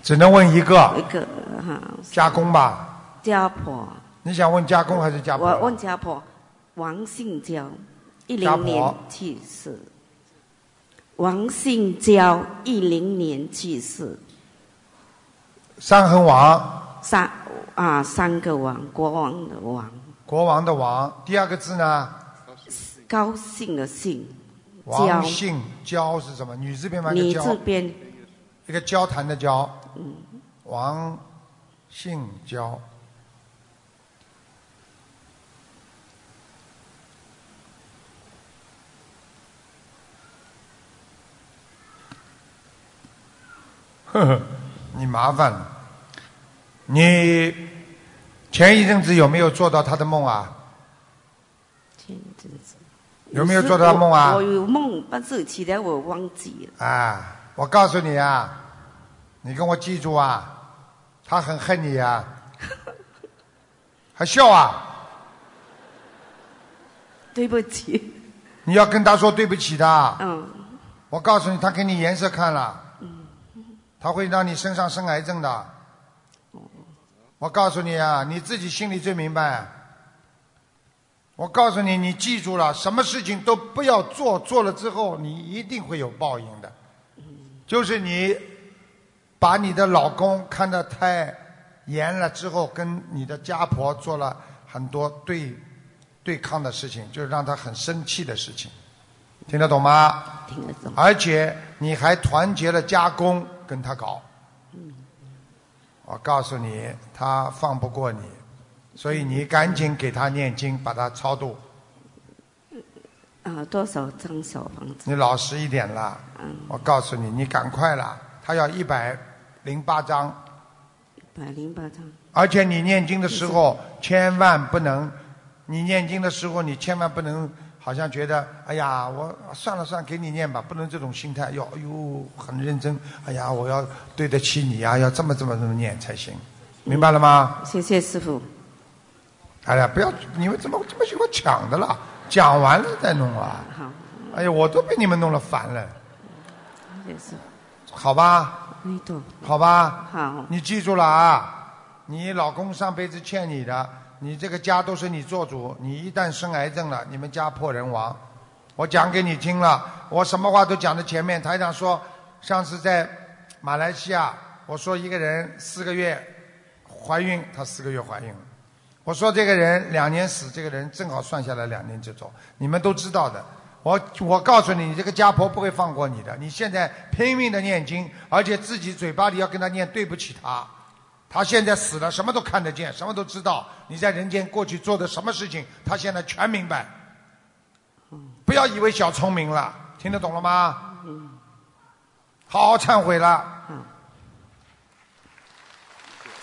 只能问一个一个呃哈家公吧？家婆，啊你想问家公还是家婆？我问家婆，王姓娇，一家零婆年去世。王姓娇，一零年去世，三横王，三啊三个王，国王的王，国王的王，第二个字呢？高兴的兴，王娇姓交是什么？女字边吗？一个女交字边，一个交谈的交。嗯，王姓交。呵呵，你麻烦了。你前一阵子有没有做到他的梦啊？前一阵子有没有做到梦啊我有梦，但是起来我忘记了。啊，我告诉你啊，你跟我记住啊，他很恨你 啊，还笑啊，对不起。你要跟他说对不起的。嗯。我告诉你，他给你颜色看了，他会让你身上生癌症的。哦我告诉你啊，你自己心里最明白。我告诉你，你记住了，什么事情都不要做，做了之后你一定会有报应的。就是你把你的老公看得太严了之后，跟你的家婆做了很多对对抗的事情，就是让他很生气的事情，听得懂吗？听得懂。而且你还团结了家公跟他搞，我告诉你，他放不过你，所以你赶紧给他念经，把他超度。啊，多少张小房子？嗯你老实一点啦，我告诉你，你赶快啦，他要一百零八张。一百零八张。而且你念经的时候千万不能，你念经的时候你千万不能好像觉得哎呀我算了算给你念吧，不能这种心态，要哎呦很认真，哎呀我要对得起你啊，要这么这么这么念才行，明白了吗？嗯谢谢师傅。哎呀，不要你们怎么这么喜欢抢的啦？讲完了再弄啊！好，哎呀，我都被你们弄了烦了，谢谢师好吧？傅。哎，对，好吧？好，你记住了啊，你老公上辈子欠你的，你这个家都是你做主，你一旦生癌症了，你们家破人亡。我讲给你听了，我什么话都讲到前面。台长说，上次在马来西亚，我说一个人四个月怀孕，她四个月怀孕了。我说这个人两年死，这个人正好算下来两年就走，你们都知道的。我我告诉你，你这个家婆不会放过你的。你现在拼命的念经，而且自己嘴巴里要跟他念对不起他。他现在死了，什么都看得见，什么都知道。你在人间过去做的什么事情，他现在全明白。不要以为小聪明了，听得懂了吗？好好忏悔了。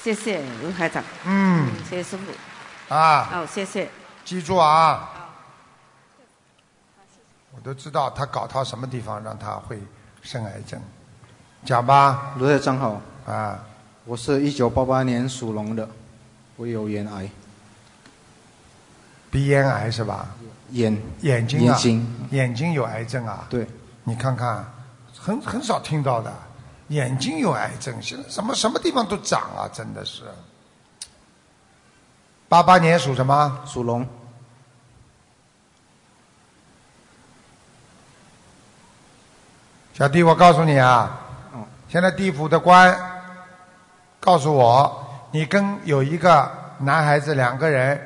谢谢卢台长，嗯，谢谢师傅。啊。哦，谢谢。记住啊，我都知道他搞到什么地方让他会生癌症。讲吧，卢台长好。啊，我是一九八八年属龙的，我有眼癌。鼻咽癌是吧？眼眼睛啊，眼睛眼睛有癌症啊？对，你看看，很很少听到的，眼睛有癌症，现在什么什么地方都长啊，真的是。八八年属什么？属龙。小弟，我告诉你啊，嗯现在地府的官告诉我，你跟有一个男孩子两个人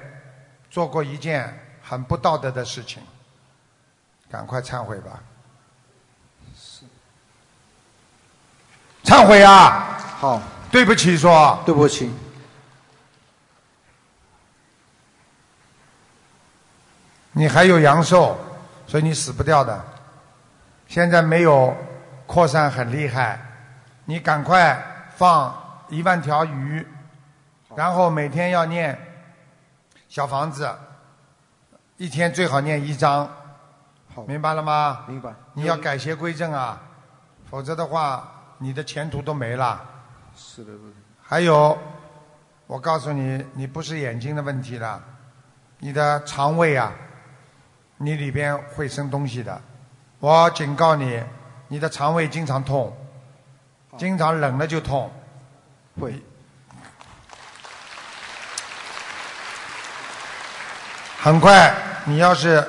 做过一件很不道德的事情，赶快忏悔吧。忏悔啊！好，对不起说。对不起。你还有阳寿，所以你死不掉的。现在没有扩散很厉害，你赶快放一万条鱼，然后每天要念小房子，一天最好念一章。明白了吗？明白。你要改邪归正啊，否则的话，你的前途都没了。是的，还有，我告诉你，你不是眼睛的问题了，你的肠胃啊，你里边会生东西的。我警告你，你的肠胃经常痛，经常冷了就痛。会。很快，你要是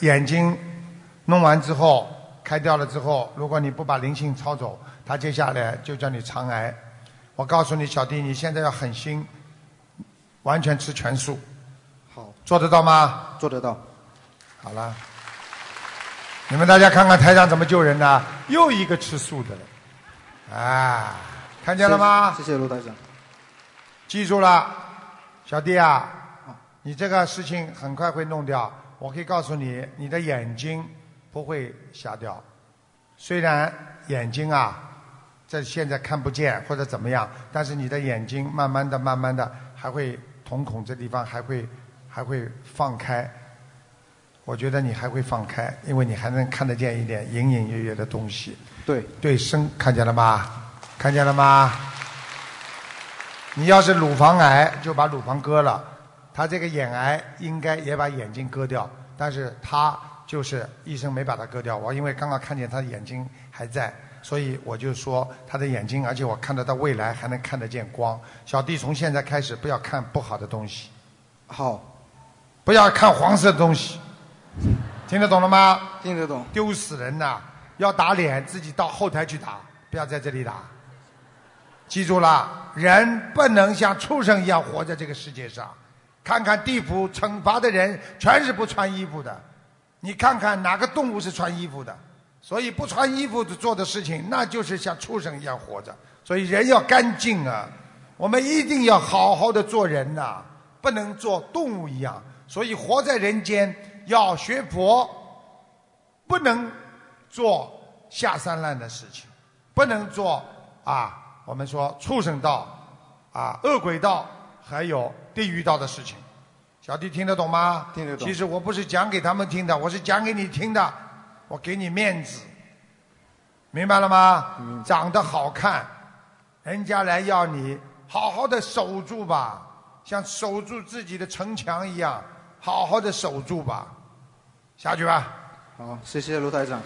眼睛弄完之后开掉了之后，如果你不把灵性抄走，他接下来就叫你肠癌。我告诉你，小弟，你现在要狠心，完全吃全素。好，做得到吗？做得到。好了，你们大家看看台长怎么救人的，又一个吃素的了，啊，看见了吗？谢谢谢谢卢台长。记住了，小弟啊，哦你这个事情很快会弄掉。我可以告诉你，你的眼睛不会瞎掉，虽然眼睛啊，这现在看不见或者怎么样，但是你的眼睛慢慢的、慢慢的还会瞳孔这地方还会还会放开。我觉得你还会放开，因为你还能看得见一点隐隐约约的东西。对，对生看见了吗？看见了吗？你要是乳房癌，就把乳房割了；他这个眼癌应该也把眼睛割掉，但是他就是医生没把他割掉。我因为刚刚看见他的眼睛还在，所以我就说他的眼睛，而且我看得到未来还能看得见光。小弟从现在开始不要看不好的东西，好，不要看黄色的东西，听得懂了吗？听得懂。丢死人呐！要打脸自己到后台去打，不要在这里打。记住了，人不能像畜生一样活在这个世界上。看看地府惩罚的人，全是不穿衣服的。你看看哪个动物是穿衣服的？所以不穿衣服做的事情，那就是像畜生一样活着。所以人要干净啊，我们一定要好好的做人呐、不能做动物一样。所以活在人间要学佛，不能做下三滥的事情，不能做啊，我们说畜生道啊、恶鬼道，还有地狱道的事情。小弟听得懂吗？听得懂其实我不是讲给他们听的，我是讲给你听的，我给你面子，明白了吗？长得好看，人家来要你，好好的守住吧，像守住自己的城墙一样，好好的守住吧，下去吧。好，谢谢卢台长。